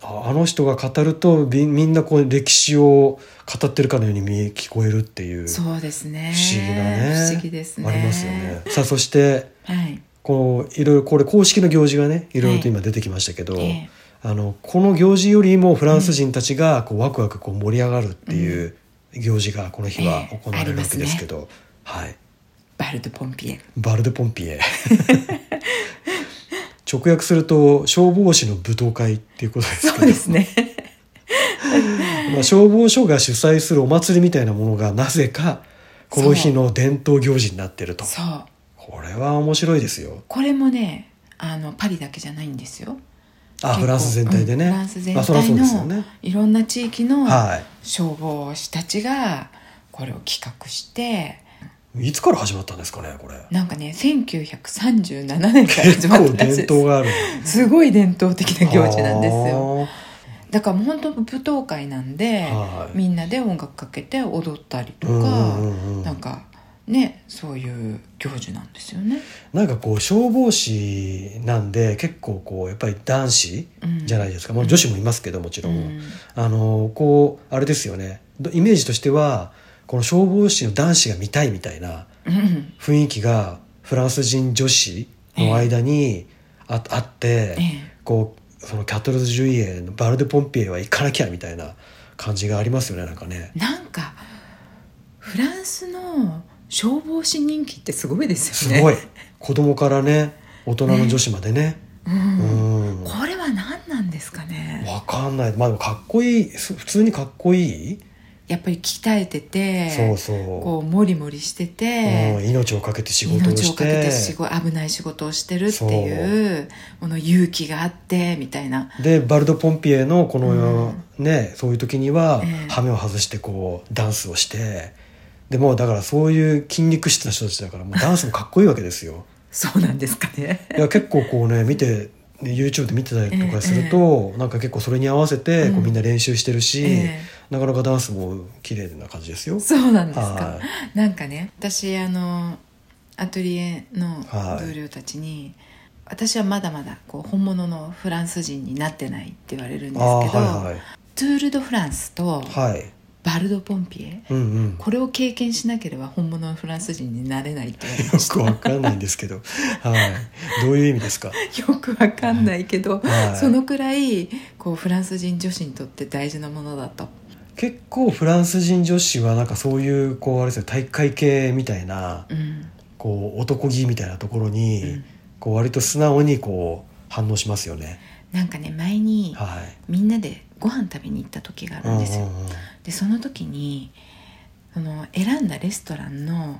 B: ああの人が語るとみみんなこう歴史を語ってるかのように見え聞こえるっていう不思
A: そうですね
B: 議なね
A: 不思議ですね
B: ありますよね。さあそして
A: はい
B: こういろいろこれ公式の行事がねいろいろと今出てきましたけど、
A: ええ
B: あのこの行事よりもフランス人たちがこうワクワクこう盛り上がるっていう行事がこの日は
A: ええ
B: 行われるわけですけど、はい
A: バルド・ポンピエ
B: バルデ・ポンピエ 直訳すると消防士の舞踏会っていうことですけ
A: そう
B: ど
A: ですね
B: まあ、消防署が主催するお祭りみたいなものがなぜかこの日の伝統行事になってると
A: そう
B: これは面白いですよ
A: これもねあのパリだけじゃないんですよ
B: あ
A: 結構
B: フランス全体でね、
A: うんフランス全
B: まあそりゃ
A: 体
B: そうですよ
A: の
B: ね
A: いろんな地域の
B: はい
A: 消防士たちがこれを企画して
B: いつから始まったんですかねこれ
A: なんかね1937年から始
B: 結
A: まっ
B: 構
A: たらしい
B: 伝
A: で
B: 統がある
A: すすごい伝統的な行事なんですよ
B: よ
A: だからもう本当舞踏会なんで
B: はい
A: みんなで音楽かけて踊ったりと
B: うん
A: か
B: うんうん
A: なんかねそういう行事なんですよね
B: なんかこう消防士なんで結構こうやっぱり男子
A: うん
B: じゃないですか、まあ、女子もいますけどもちろん、
A: うん
B: あのこうあれですよねどイメージとしてはこの消防士の男子が見たいみたいな
A: うん
B: 雰囲気がフランス人女子の間にあ,、あって、
A: ええ
B: こうそのキャトルズ・ジュイエのバルデ・ポンピエは行かなきゃみたいな感じがありますよねなんかね。
A: なんかフランスの消防士人気ってすごいです
B: す
A: よね
B: ごい、子供からね大人の女子までね
A: うん
B: うん
A: これは何なんですかね
B: わかんないまあでもかっこいいす普通にかっこいい、
A: やっぱり鍛えてて
B: そうそう
A: こうモリモリして
B: う
A: て
B: ん、命をかけて仕事を
A: 命を
B: し
A: かけて
B: て
A: 仕事危ない仕事をしてるっていうこの勇気があってみたいな
B: でバルド・ポンピエのこの、
A: うん
B: ねそういう時には、
A: ええ
B: 羽目を外してこうダンスをしてでもうだからそういう筋肉質な人たちだか らもうダンスもかっこいいわけですよ
A: そうなんですかね。
B: いや結構こうね見てね YouTube で見てたりとかすると、なんか結構それに合わせてこ
A: う
B: うんみんな練習してるし、
A: え
B: なかなかダンスも綺麗な感じですよ。
A: そうなんですか
B: は。
A: なんかね私あのアトリエの
B: はい
A: 同僚たちに、私はまだまだこう本物のフランス人になってないって言われるんですけ
B: い、
A: ど、
B: ああはい
A: トゥール・ド・フランスと
B: はいはい
A: バルド・ポンピエ
B: うん うん。
A: これを経験しなければ本物のフランス人になれないって言われま
B: よ
A: し
B: くわかんないんですけど、はいどういう意味ですか。
A: た よくわかんないけど、
B: はい
A: そのくらいこうフランス人女子にとって大事なものだと
B: 結構フランス人女子はなんかそういうこうあれですね体育会系みたいな
A: うん、
B: こう男気みたいなところに、
A: うん
B: こう割と素直にこう反応しますよね。
A: なんかね前に
B: はい。
A: みんなでご飯食べに行った時があるんですよ、
B: うんうんうん
A: でその時にその選んだレストランの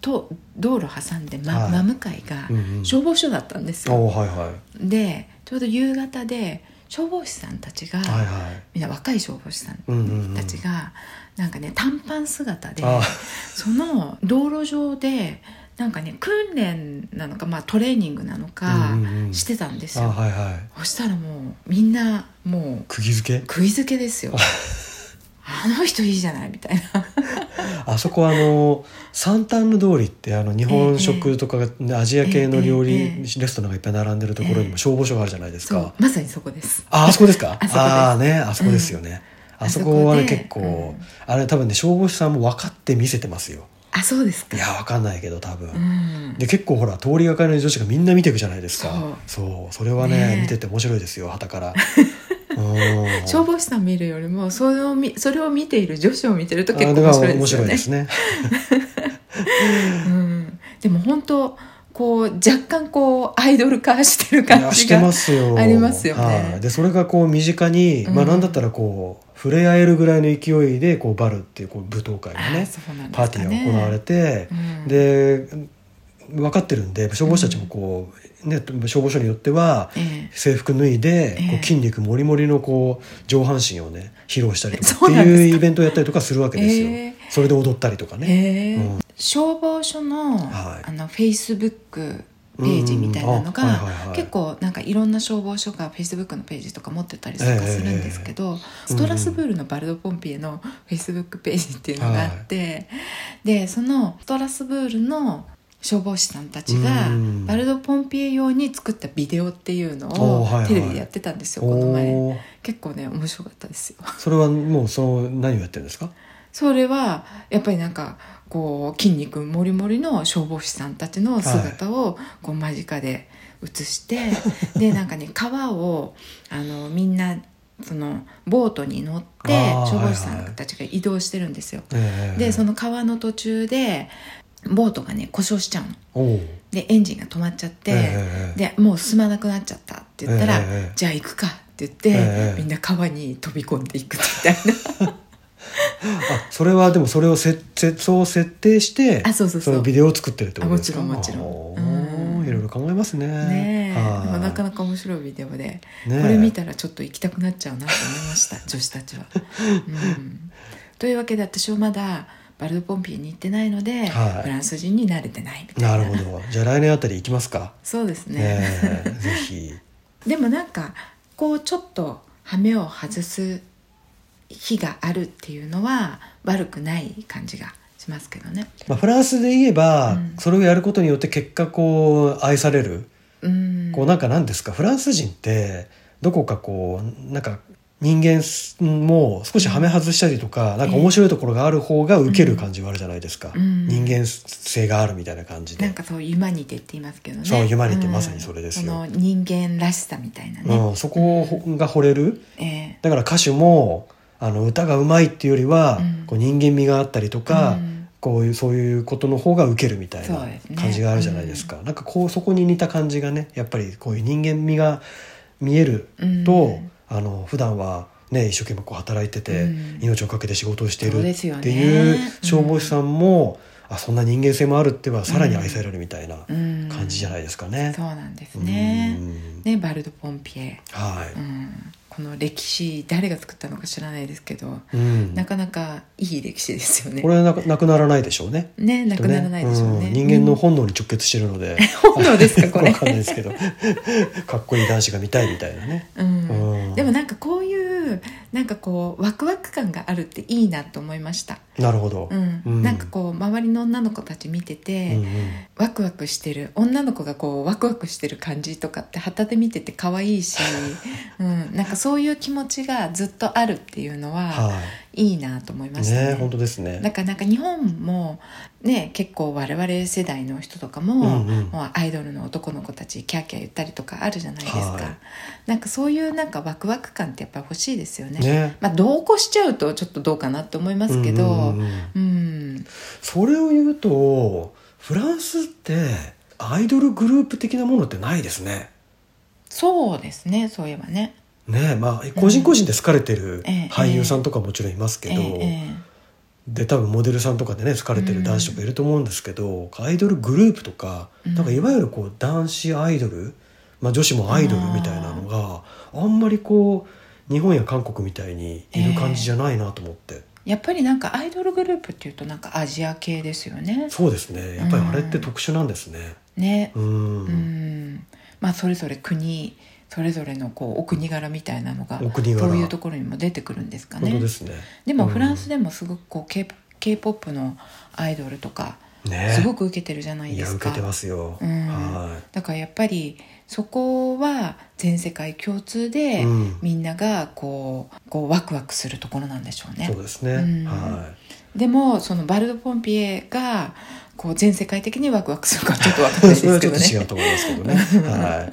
A: と道路挟んでま、
B: はい
A: 真向かいが
B: うんうん
A: 消防署だったんです
B: ああ
A: よ、
B: はいはい
A: でちょうど夕方で消防士さんたちが、
B: はいはい
A: みんな若い消防士さ
B: うんんうんうん
A: たちが、なんかね短パン姿で
B: あ
A: その道路上でなんかね訓練なのか、まあ、トレーニングなのか
B: うんうんうん
A: してたんです
B: あ
A: よ、
B: はいはい
A: そしたらもうみんなもう
B: 釘付け
A: 食い付けですよ あの人いいじゃないみたいな
B: あそこはあの三反の通りってあの日本食とかがアジア系の料
A: ええ
B: 理
A: ええ
B: レストランがいっぱい並んでるところに
A: え
B: も
A: え
B: 消防署があるじゃないです
A: そう
B: か
A: まさにそこです
B: ああそこですか
A: あそこです
B: ああねあそこですよね
A: うん
B: あそこはね
A: あそこで
B: 結構
A: うん
B: あれ多分ね消防士さんも分かって見せてますよ
A: あそうですか
B: いや分かんないけど多
A: う
B: 分
A: ん
B: で結構ほら通りがかりの女子がみんな見ていくじゃないですかそうそれは
A: ね
B: ね
A: え
B: 見てて面白いですよ旗から うん
A: 消防士さん見るよりもそれを見それを見ている女子を見てると
B: あ
A: 結
B: れ
A: 構
B: は
A: 面白い
B: 面
A: ですよ
B: 白
A: ね
B: いですね
A: うん、でも本当こう若干こうアイドル化してる
B: い
A: 感
B: や
A: じ
B: して
A: が
B: ますよ
A: ありますよね
B: はい、でそれがこう身近に、
A: うん
B: まあなんだったらこう触れ合えるぐらいの勢いでこうバルっていうこう舞踏会の
A: あ
B: ね
A: そうなんですかね
B: パーティーが行われて、
A: うん
B: で分かってるんで消防士たちもこう、ね、消防署によっては
A: え
B: 制服脱いで、
A: ええ
B: こう筋肉もりもりのこう上半身をね披露したりとか
A: そう
B: って
A: なんですか
B: いうイベントをやったりとかするわけですよ、
A: ええ
B: それで踊ったりとか
A: え
B: ね、
A: ええ消防署の,、
B: はい
A: あのフェイスブックページみたいなのが、
B: うんうんあはいはいはい
A: 結構なんかいろんな消防署がフェイスブックのページとか持ってたりとかするんですけど、ストラスブールのバルドポンピエのフェイスブックページっていうのがあって、でそのストラスブールの消防士さんたちが
B: うん
A: バルドポンピエ用に作ったビデオっていうの
B: おーはいは
A: を
B: い
A: テレビでやってたんですよ、
B: お
A: この前
B: ー
A: 結構ね面白かったですよ
B: それはもうその何をやってるんですか
A: それはやっぱりなんかこう筋肉もりもりの消防士さんたちの姿をこう間近で映して、 でなんかね川をあのみんなそのボートに乗って
B: あー
A: 消防士さ
B: はいはい
A: んたちが移動してるんですよ。
B: ええ
A: でその川の途中でボートがね故障しちゃうの。
B: おう
A: でエンジンが止まっちゃって、
B: ええ
A: でもう進まなくなっちゃったって言ったら、
B: ええ
A: じゃあ行くかって言って、
B: ええ
A: みんな川に飛び込んでいくみたいな。
B: あそれはでもそれをせせそう設定して
A: あそうそうそう
B: のビデオを作ってるってことですか
A: あもちろんもちろん
B: あー
A: うん
B: いろいろ考えますね
A: ねえ、
B: はい
A: なかなか面白いビデオで、
B: ねえ
A: これ見たらちょっと行きたくなっちゃうなと思いました 女子たちは、うん。というわけで私はまだバルドポンピエに行ってないので、
B: はい
A: フランス人に慣れてないみたい
B: な
A: な
B: るほどじゃあ来年あたり行きますか
A: そうですね
B: ねえぜひ
A: でもなんかこうちょっと羽目を外す日があるっていうのは悪くない感じがしますけどね。
B: まあ、フランスで言えば、
A: うん
B: それをやることによって結果こう愛される、
A: うん
B: こうなんか何ですかフランス人ってどこかこうなんか人間も少しはめ外したりとか、なんか面白いところがある方が受ける感じはあるじゃないですか、
A: うん
B: 人間性があるみたいな感じで
A: なんかそうユマニテって言いますけどね
B: そうユマニテまさにそれですよ
A: この人間らしさみたいな
B: う
A: ね、
B: ん、そこが惚れる
A: え
B: だから歌手もあの歌がうまいっていうよりは、
A: うん
B: こう人間味があったりと
A: う
B: か、
A: ん
B: こういうそういうことの方が受けるみたいな
A: そうですね
B: 感じがあるじゃないですか、なんかこうそこに似た感じがねやっぱりこういう人間味が見えると、
A: うん
B: あの普段はね一生懸命こう働いてて、
A: うん
B: 命を懸けて仕事をしている
A: そう
B: っ
A: ですよね
B: ていう消防士さんも、あそんな人間性もあるってはさらに愛されるみたいな
A: えうん
B: 感じじゃないですかね。
A: そうなんですね
B: う。ん
A: ね、バルド・ポンピエ、
B: は
A: うん、この歴史誰が作ったのか知らないですけど
B: い。うん。
A: なかなかいい歴史ですよね
B: こ。れはなくなくならないでしょうね。
A: ねなくならないでしょうね。
B: ん人間の本能に直結してるので。
A: 本能ですかこれ
B: わかんないです けど。かっこいい男子が見たいみたいなね。
A: うん
B: うん
A: でもなんかこういうなんかこうワクワク感があるっていいなと思いました、
B: なるほど。
A: うん
B: うん
A: なんかこう周りの女の子たち見て
B: う
A: て、
B: んうん
A: ワクワクしてる女の子がこうワクワクしてる感じとかって旗で見てて可愛い し、うん、なんかそういう気持ちがずっとあるっていうのは
B: はい
A: いなと思いま
B: い。
A: したね
B: ね、本当です
A: だ
B: ね。
A: からなんか日本もね結構我々世代の人とかも,、
B: うんうん
A: もうアイドルの男の子たちキャーキャー言ったりとかあるじゃないですか、
B: はい
A: なんかそういうなんかワクワク感ってやっぱ欲しいですよね
B: ね。
A: まあ同行しちゃうとちょっとどうかなって思いますけどう
B: うんんうんうんそれを言うと、フランスって。アイドルグループ的なものってないですね。
A: そうですねそういえばね
B: ね、まあ、個人個人で好かれてる
A: ええ
B: 俳優さんとかもちろんいますけど。
A: ええ
B: で多分モデルさんとかでね好かれてる男子とかいると思うんですけど、アイドルグループとか,、
A: うん
B: なんかいわゆるこう男子アイドル、まあ、女子もアイドルみたいなのがあんまりこう日本や韓国みたいにいる感じじゃないなと思って、
A: やっぱりなんかアイドルグループっていうとなんかアジア系ですよね
B: そうですねやっぱりあれって特殊なんですね。
A: ね
B: うん
A: うんまあそれぞれ国それぞれのこうお国柄みたいなのが
B: お国柄
A: そういうところにも出てくるんですか
B: 本
A: ね
B: 当ですね
A: でもフランスでもすごくこう K p o p のアイドルとか
B: ね
A: すごく受けてるじゃない
B: い
A: で
B: や
A: す
B: 受
A: か、
B: けてますよ、
A: うん
B: は
A: だからやっぱりそこは全世界共通
B: い、
A: で、
B: うん
A: みんながこうこうワクワクするところなんでしょうね
B: そうですね、
A: うん
B: は
A: でもそのバルド・ポンピエがこう全世界的にワクワクするかちょっとわかんない
B: い
A: です
B: それはち
A: け
B: ょっ
A: ど
B: と違
A: ね
B: うと思いますけど ねはい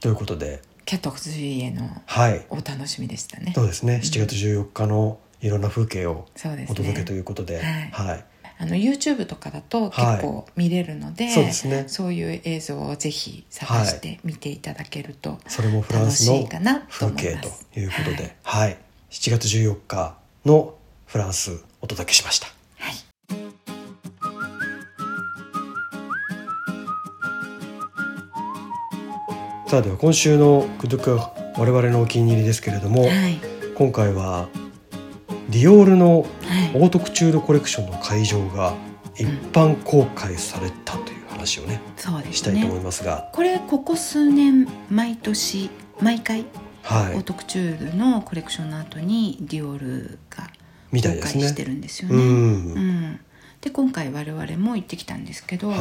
B: ということで
A: キャット・オズ・イエの
B: はい
A: お楽しみでしたね
B: そうですね。7月14日のいろんな風景を
A: そうです
B: お届けと
A: ね
B: いうことで、
A: はい
B: はい、
A: あの YouTube とかだと結構見れるので,、
B: そうですね。
A: そういう映像をぜひ探して見ていただけると
B: それもフラン
A: 楽
B: ス
A: しい
B: の
A: かなと
B: 風
A: 思い
B: 景
A: ます、
B: ということで、はい、7月14日のフランスお届けしました。
A: はい
B: さあでは今週のクドゥク我々のお気に入りですけれども、
A: はい
B: 今回はディオールの
A: はい
B: オートクチュールコレクションの会場が一般公開されたという話をね、
A: そうで
B: し
A: す
B: たいと
A: ね
B: 思いますが、
A: これここ数年毎年毎回
B: は
A: オー
B: い、
A: トクチュールのコレクションの後にディオールが
B: みた
A: 公
B: いで
A: 開
B: すね。
A: してるんですよ
B: う
A: ね。
B: ん、
A: うんで今回我々も行ってきたんですけど、
B: は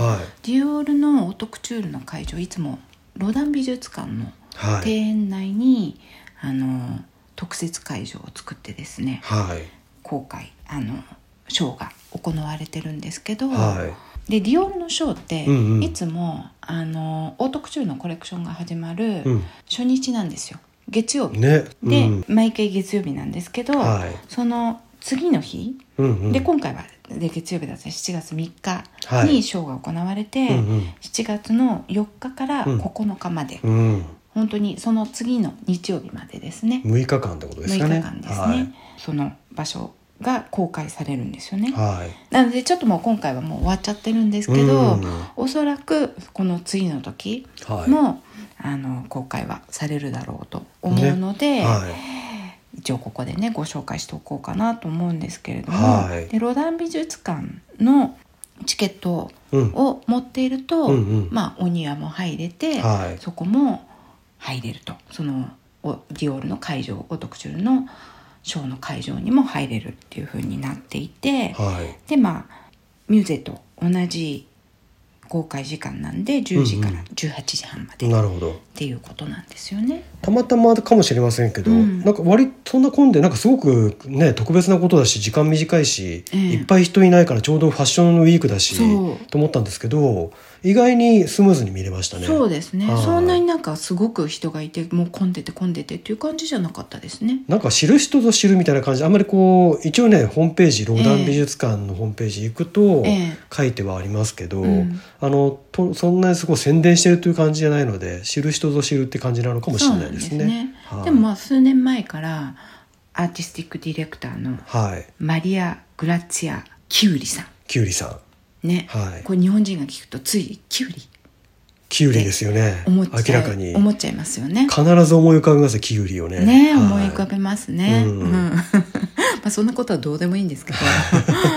B: い。
A: ディオールのオートクチュールの会場いつもロダン美術館の
B: は
A: 庭
B: い。
A: 園内に、あの特設会場を作ってですね
B: はい。
A: 公開あのショーが行われてるんですけど、
B: は
A: でディオールのショーって、
B: うんうん
A: いつもあのオートクチュールのコレクションが始まる
B: い。うん。
A: 初日なんですよ月曜日、
B: ね。
A: で、
B: うん、
A: 毎回月曜日なんですけど、
B: はい。
A: その次の日
B: うん、うん。
A: で今回はで月曜日だったら7月3日
B: は
A: に
B: い。
A: ショーが行われて、
B: うん、
A: 7月の4日から
B: うん
A: 9日まで、
B: うん。うん。
A: 本当にその次の日曜日までですね
B: 六日間ってことですか
A: 6
B: ね。
A: 日間ですね、その場所が公開されるんですよね、
B: はい。はい。
A: なのでちょっともう今回はもう終わっちゃってるんですけど、
B: うん
A: おそらくこの次の時
B: はい。
A: も、あの公開はされるだろうと思うので、
B: はい。
A: 一応ここでねご紹介しておこうかなと思うんですけれども、
B: はい
A: でロダン美術館のチケット
B: うん。
A: を持っていると、
B: うん、うん。
A: まあお庭も入れて、
B: はい。
A: そこも入れるとそのおディオールの会場オートクチュールのショーの会場にも入れるっていう風になっていて、
B: はい。
A: でまあミューゼと同じ公開時間なんで10時から18時半までっ
B: なるほど。
A: ていうことなんですよね。
B: たまたまかもしれませんけど、
A: うん
B: なんか割とそんな混んでなんかすごくね特別なことだし時間短いし、
A: ええ
B: いっぱい人いないからちょうどファッションウィークだし
A: そう
B: と思ったんですけど意外にスムーズに見れましたね。
A: そうですね
B: はい
A: そんなになんかすごく人がいてもう混んでて混んでてっていう感じじゃなかったですね。
B: なんか知る人ぞ知るみたいな感じあんまりこう一応ねホームページローダン美術館のホームページ行くと
A: ええ
B: 書いてはありますけど、
A: うん
B: あのとそんなにすごい宣伝してるという感じじゃないので知る人ぞ知るって感じなのかもし
A: そ
B: れ
A: う
B: な
A: ないん
B: で
A: ですす
B: ね。
A: ね。
B: はい
A: でもまあ数年前からアーティスティックディレクターの
B: はい、
A: マリア・グラッツィア・キュウリさ
B: キュウリさん、
A: んね、
B: はい、
A: こう日本人が聞くとついキュウリ
B: キュウリですよね
A: 思っち
B: 明
A: ゃ
B: ら
A: う
B: かに
A: 思っちゃいますよね。
B: 必ず思い浮かびますよキュウリをね
A: ね、
B: はい
A: 思い浮かべますね。
B: う
A: うんん まあそんなことはどうでもいいんですけど、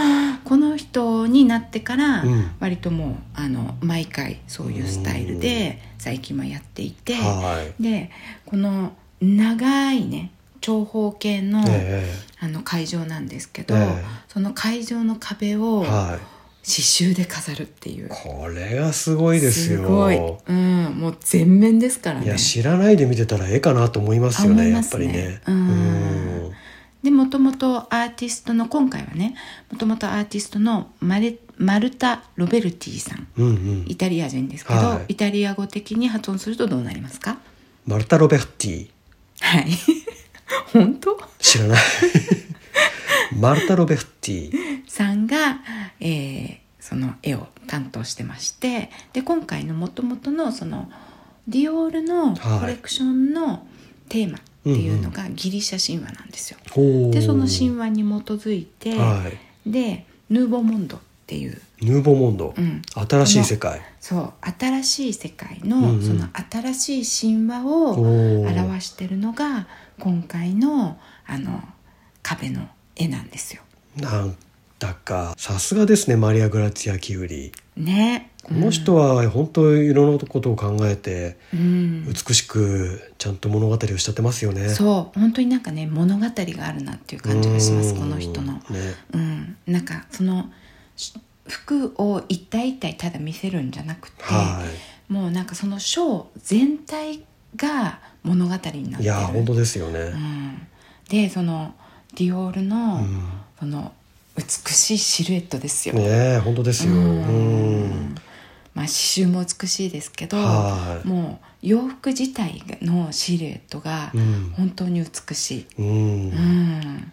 A: この人になってから
B: うん
A: 割ともうあの毎回そういうスタイルで最近はやっていて、
B: はい
A: でこの長いね長方形の、
B: え
A: あの会場なんですけど、
B: ええ
A: その会場の壁を
B: え
A: 刺
B: はい
A: 繍で飾るっていう。
B: これがすごいですよ
A: ごい、うん、もう全面ですから
B: いや
A: ね。
B: 知らないで見てたら絵かなと思いますよ
A: あ
B: ね
A: 思い
B: や
A: ま
B: っぱ
A: す
B: り
A: ね
B: ね
A: うん
B: うん
A: でもともとアーティストの今回はねもともとアーティストのマレマルタ・ロベルティさん
B: うんうん
A: イタリア人ですけど、
B: はい
A: イタリア語的に発音するとどうなりますか
B: マルタ・ロベッティ
A: はい 本当
B: 知らないマルタ・ロベッティ
A: さんが、えーその絵を担当してましてで今回のもともとのそのディオールの
B: はい
A: コレクションのテーマっていうのがギリシャ神話なんですよ。
B: ほう
A: でその神話に基づいて、
B: はい
A: でヌーボーモンドっていう、
B: ヌーボーモンド、
A: うん、
B: 新しい世界
A: そう新しい世界
B: うんう
A: の
B: ん
A: その新しい神話
B: お
A: を
B: おー
A: 表してるのが今回のあの壁の絵なんですよ。
B: なんだかさすがですねマリア・グラツィア・キウリ
A: ね。
B: この人は本当いろんなことを考えて
A: うん、
B: 美しくちゃんと物語を仕立てますよね、
A: そう本当になんかね物語があるなっていう感じがしますこの人の。
B: うんね
A: うん、なんかそのし服を一体一体ただ見せるんじゃなくて、
B: はい
A: もうなんかそのショー全体が物語になってる
B: いやー本当ですよね、
A: うん、でそのディオールの、
B: うん
A: その美しいシルエットですよ、
B: ねえ本当ですよ。う
A: うん
B: ん。
A: まあ、刺繍も美しいですけど
B: はい。
A: もう洋服自体のシルエットが
B: うん
A: 本当に美しい、
B: う
A: うん
B: ん。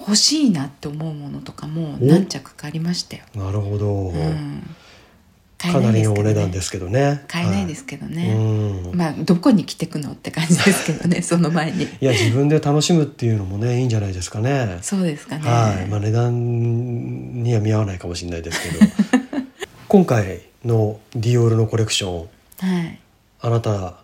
A: 欲しいなって思うものとかも
B: お
A: 何着かありましたよ、
B: なるほど
A: う。ん、買
B: か
A: え
B: ないり
A: です
B: の
A: けど
B: お
A: ね
B: 値段ですけどね。
A: 買えないで
B: は
A: すけど
B: い
A: ね、
B: うん。
A: まあどこに着てくのって感じですけどねその前に
B: いや自分で楽しむっていうのもねいいんじゃないですかね。
A: そうですかね、
B: はい。まあ値段には見合わないかもしれないですけ ど。今回のディオールのコレクション、
A: はい
B: あなた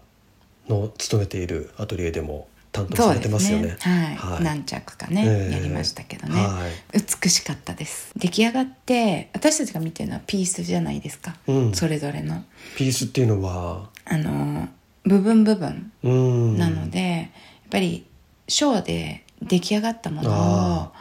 B: の勤めているアトリエでも担当されてますよね。
A: はい、
B: はい
A: 何着かね、やりましたけどね、
B: はい。
A: 美しかったです出来上がって私たちが見てるのはピースじゃないですか、
B: うん
A: それぞれの
B: ピースっていうのは、
A: あの部分部分
B: うん。
A: なので、やっぱりショーで出来上がったものを
B: あ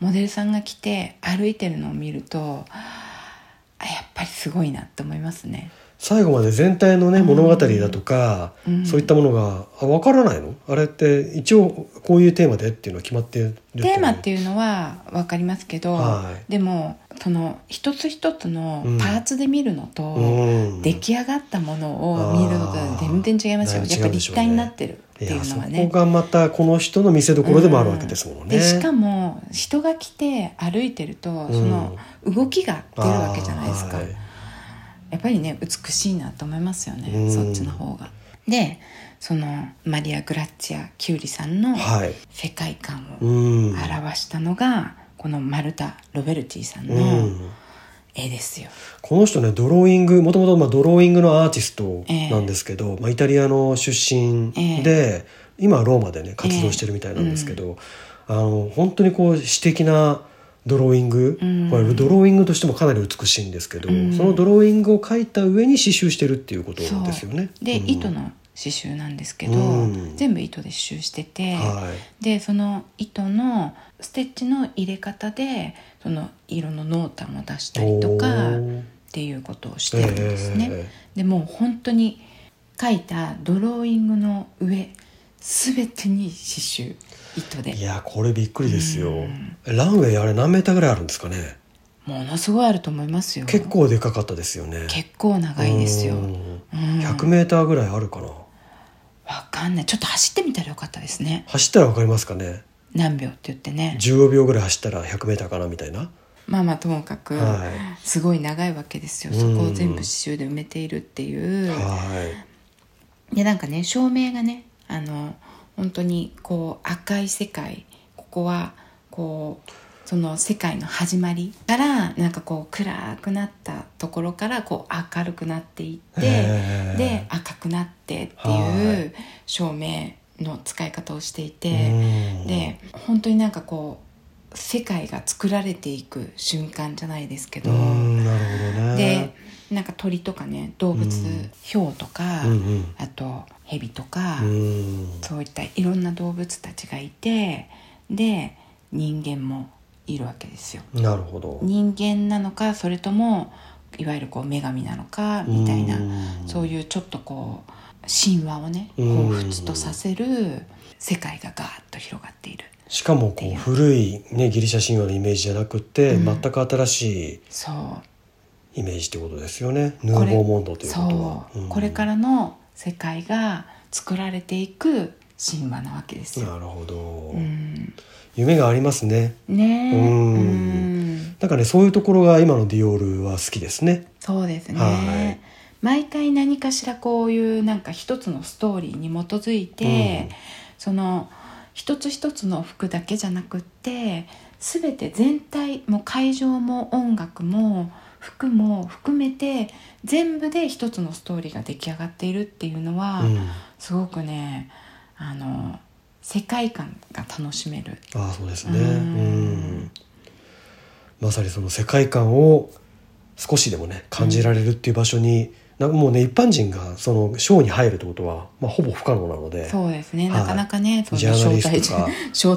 A: モデルさんが来て歩いてるのを見るとあやっぱりすごいなって思いますね
B: 最後まで全体のね物語だとか、
A: うん
B: そういったものがあ分からないのあれって一応こういうテーマでっていうのは決まってる
A: テーマってていうのは分かりますけど、
B: はい
A: でもその一つ一つのパーツで見るのと、
B: うん
A: 出来上がったものを見るのとは全然違いますよ、
B: あー
A: やっぱり立体になってるって
B: い
A: い
B: や
A: う
B: そ
A: のは
B: こ
A: ね。
B: がまたこの人の見せどころでもあるわけですもんね、
A: でしかも人が来て歩いてるとその動きが出るわけじゃないですか、
B: あーはい
A: やっぱりね美しいなと思いますよね、
B: うん
A: そっちの方が。でそのマリア・グラッチア・キュウリさんの
B: はい
A: 世界観
B: う
A: を
B: ん
A: 表したのがこのマルタ・ロベルティさん
B: う
A: の
B: ん
A: 絵ですよ。
B: この人ねドローイングもともとまあドローイングのアーティストなんですけど、まあ、イタリアの出身で、今はローマでね活動してるみたいなんですけど、あの本当にこう詩的なドローイング、
A: うん
B: これドローイングとしてもかなり美しいんですけど、
A: うん
B: そのドローイングを描いた上に刺繍してるっていうことですよね。
A: で、
B: うん
A: 糸の刺繍なんですけど、
B: うん
A: 全部糸で刺繍してて、
B: はい
A: でその糸のステッチの入れ方でその色の濃淡を出したりと
B: お
A: かっ
B: ー
A: ていうことをしてるんですね。
B: え
A: でもう本当に描いたドローイングの上全てに刺繍糸
B: えい
A: で
B: やこれびっくりですよ、
A: うん
B: ランウェイあれ何メーターぐらいあるんですかね
A: ものすごいあると思いますよ
B: 結構でかかったですよね
A: 結構長いですよ。
B: う
A: うん
B: ん100
A: わ
B: メーターぐらいあるかな。
A: かんないちょっと走ってみたらよかったですね
B: 走ったらわかりますかね。
A: 何秒って言ってね
B: 15秒ぐらい走ったら100メーターかなみたいな。
A: まあまあともかく、
B: は
A: すごい長いわけですよ
B: うん
A: そこを全部刺繍で埋めているっていう、
B: は
A: でなんかね照明がねあの本当にこう赤い世界ここはこうその世界の始まりからなんかこう暗くなったところからこう明るくなっていってで赤くなってっていう照明の使い方をしていてで本当になんかこう世界が作られていく瞬間じゃないですけど。
B: な
A: でなんか鳥とかね動物ヒョウとか、
B: うんうんうん
A: あとヘビとか、
B: うん
A: そういったいろんな動物たちがいてで人間もいるわけですよ。
B: なるほど
A: 人間なのかそれともいわゆるこう女神なのかみたいな
B: うん
A: そういうちょっとこう神話をね
B: うん
A: 彷彿とさせる世界がガーッと広がっている
B: しかもこう古い、ね、ギリシャ神話のイメージじゃなくて、
A: うん
B: 全く新しい
A: そう
B: イメージってことですよねヌー
A: これ
B: ボーモンドということは
A: そう、これかららの世界が作られていく神話なわけですよ。
B: なるほど、
A: うん、
B: 夢がありますね
A: ねえ
B: うん
A: うん
B: だからねそういうところが今のディオールは好きですね
A: そうですね、
B: はい
A: 毎回何かしらこういうなんか一つのストーリーに基づいて、
B: うん
A: その一つ一つの服だけじゃなくって全て全体もう会場も音楽も服も含めて全部で一つのストーリーが出来上がっているっていうのは、
B: うん、
A: すごくねあの世界観が楽しめる
B: ああそうですねう
A: うんん
B: まさにその世界観を少しでもね感じられるっていう場所に、なんかもうね一般人がそのショーに入るってことは、まあ、ほぼ不可能なので
A: そうですね、
B: はい
A: なかなかねその
B: ジャー
A: 招
B: ナリ
A: 待
B: スト
A: 状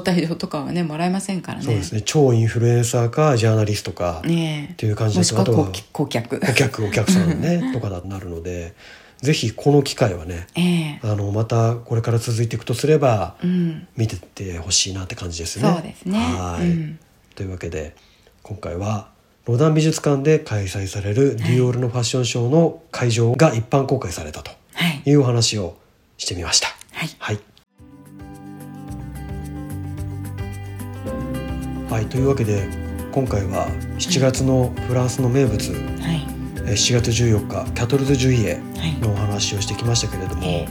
B: か
A: 招待状とかはねもらえませんからね
B: そうですね超インフルエンサーかジャーナリストかっ
A: ね
B: ていう感
A: え
B: じ
A: も
B: だ
A: し
B: と、
A: くは
B: あと
A: 顧
B: は
A: 顧 客
B: お客お客さんねとかだとなるのでぜひこの機会はね
A: ええ
B: あのまたこれから続いていくとすれば
A: うん
B: 見てってほしいなって感じですね。
A: そうですね
B: はい、
A: うん
B: というわけで今回はロダン美術館で開催されるディオールのファッションショーの会場が一般公開されたと
A: はい
B: いうお話をしてみました。
A: はい
B: はい。はい、というわけで今回は7月のフランスの名物、
A: はい
B: えー7月14日キャトルズ・ジュイエ
A: はい
B: のお話をしてきましたけれども、
A: ええ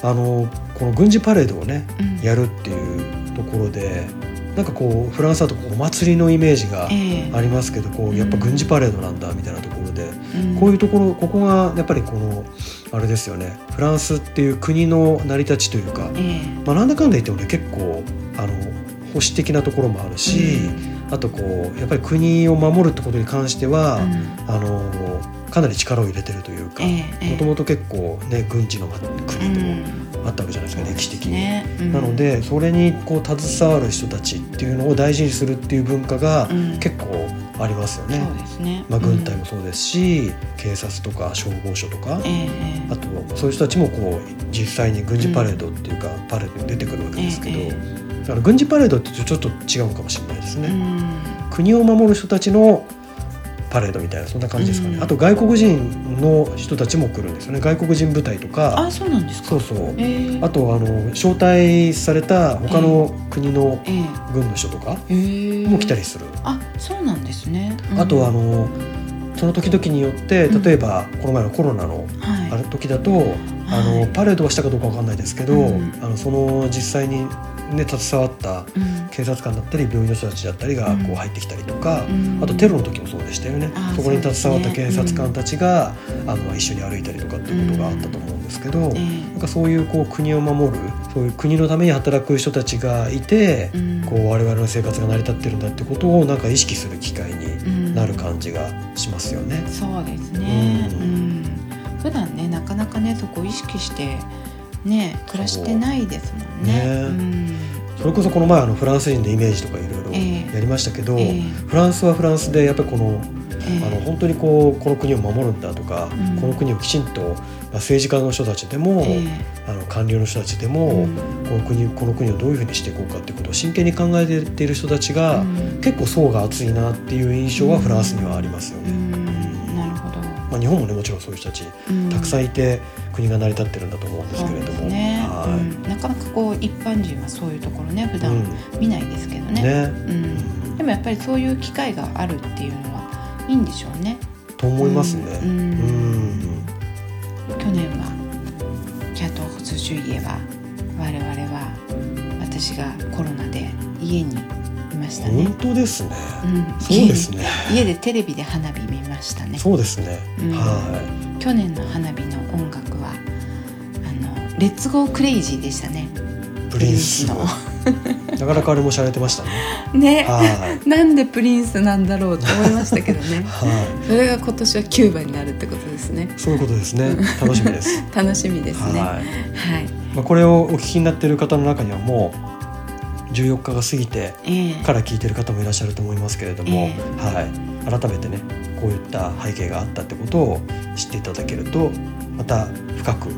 B: あのこの軍事パレードをね、
A: うん
B: やるっていうところでなんかこうフランスだとこうお祭りのイメージが
A: ええ
B: ありますけど、こ
A: う
B: うんやっぱ軍事パレードなんだみたいなところで、
A: うん
B: こういうところここがやっぱりこのあれですよねフランスっていう国の成り立ちというか、
A: え
B: まあ、なんだかんだ言ってもね結構あの保守的なところもある
A: え
B: し、あとこうやっぱり国を守るってことに関しては、
A: うん
B: あのかなり力を入れてるというか。
A: ええええ
B: もともと結構ね軍事の国でもあったわけじゃないですか、
A: うん
B: 歴史的に、
A: ねうん
B: なのでそれにこう携わる人たちっていうのを大事にするっていう文化が
A: うん
B: 結構ありますよね、
A: そうですね
B: まあ、軍隊
A: うん
B: もそうですし、警察とか消防署とか、
A: えええ
B: あとそういう人たちもこう実際に軍事パレードっていうか、パレードに出てくるわけですけど、
A: ええ
B: だから軍事パレードってちょっと違うかもしれないです
A: え
B: ね、
A: うん
B: 国を守る人たちのパレードみたいなそんな感じですかね、
A: うん
B: あと外国人の人たちも来るんですよね外国人部隊とか
A: あそうなんですか
B: そうそう
A: ええ
B: あとあの招待された他の国の
A: え
B: 軍の人とか
A: えええ
B: も来たりする、
A: あそうなんですね、うん
B: あとはあのその時々によって
A: うん
B: 例えばこの前のコロナの
A: はい
B: ある時だと、あのパレードはしたかどうかわかんないですけど、
A: うん
B: あのその実際に、ね、携わった
A: うん
B: 警察官だったり病院の人たちだったりが
A: うん
B: こう入ってきたりとか、
A: うん
B: あとテロの時もそうでしたよね
A: あー
B: そこに携わった
A: そう
B: 警
A: ですね
B: 察官たちが、あの一緒に歩いたりとかっていうことがあったと思うんですけど、
A: ええ
B: なんかそういうこう国を守るそういう国のために働く人たちがいて、
A: うん
B: こう我々の生活が成り立ってるんだってことをなんか意識する機会に
A: うん
B: なる感じがしますよね。
A: そうですね、
B: う
A: うんん普段ねなかなかねそこ意識してね暮らしてないですもんね
B: そうそれこそこの前あのフランス人のイメージとかいろいろ
A: ええ
B: やりましたけど、
A: うん、え
B: フランスはフランスでやっぱりこの
A: え
B: あ
A: え
B: の本当にこうこの国を守るんだとか、
A: うん
B: この国をきちんと、まあ、政治家の人たちでも、
A: え
B: あの官僚の人たちで
A: え
B: も、
A: うん
B: この国この国をどういうふうにしていこうかってことを真剣に考えている人たち
A: う
B: が、
A: ん
B: 結構層が厚いなっていう印象は
A: うん
B: フランスにはありますよ
A: う
B: ね。
A: んなるほど、
B: まあ、日本もねもちろんそういう人たち
A: うん
B: たくさんいて国が成り立ってるんだと思うんです
A: そ
B: け
A: う
B: れ
A: で
B: ど
A: す
B: も。
A: ね、う
B: は
A: ん、なかなかこう一般人はそういうところね普
B: いうん
A: 段見ないですけどね,、
B: ね
A: う、
B: うんん
A: でもやっぱりそういう機会があるっていうのはいいんでしょうね
B: と思いますね。
A: うんうん
B: うん
A: 去年はキャトーズジュイエは我々は私がコロナで家にましたね
B: 本。当ですね。
A: うん
B: そうですね。
A: 家でテレビで花火見ましたね。
B: そうですね。
A: うん
B: は
A: 去年の花火の音楽はあのレッツゴークレイジーでしたね。
B: い。プリンスの。なかなかあれも洒落てました ね。
A: ね、
B: は
A: なんでプリンスなんだろうと思いましたけどね
B: い。。は
A: それが今年はキューバになるってことですね。
B: い。そういうことですね。楽しみです。
A: 楽しみ ですね。は
B: はい。
A: い。
B: まあ、これをお聞きになっている方の中にはもう14日が過ぎて
A: ええ
B: から聞いている方もいらっしゃると思いますけれども、
A: ええ
B: はい、改めてねこういった背景があったってことを知っていただけるとまた深く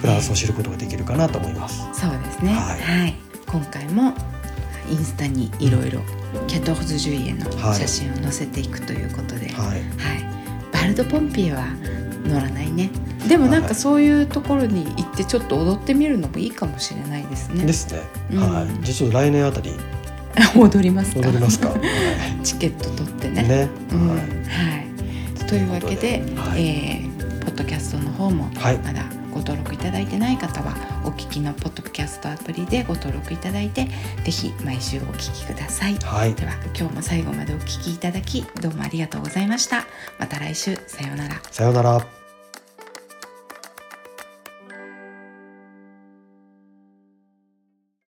B: フランスを知ることができるかなと思います。
A: そうですね。は。
B: はいい
A: 今回もインスタにいろいろキャトーズジュイエの写真を載せていくということで。
B: はい、
A: はい、バルド・ポンピーは乗らないねでもなんかそういうところに行ってちょっと踊ってみるのもいいかもしれないですね
B: ですね。
A: うん
B: はい、じゃあちょっと来年あたり
A: 踊りますか
B: 戻りますか。
A: チケット取ってね
B: ね、
A: うん
B: は
A: はい、というわけで
B: ということではい
A: えーポッドキャストの方も
B: はい
A: まだご登録いただいてない方はお聞きのポッドキャストアプリでご登録いただいてぜひ毎週お聞きください
B: い、はい、
A: では今日も最後までお聞きいただきどうもありがとうございましたまた来週さようなら
B: さようなら。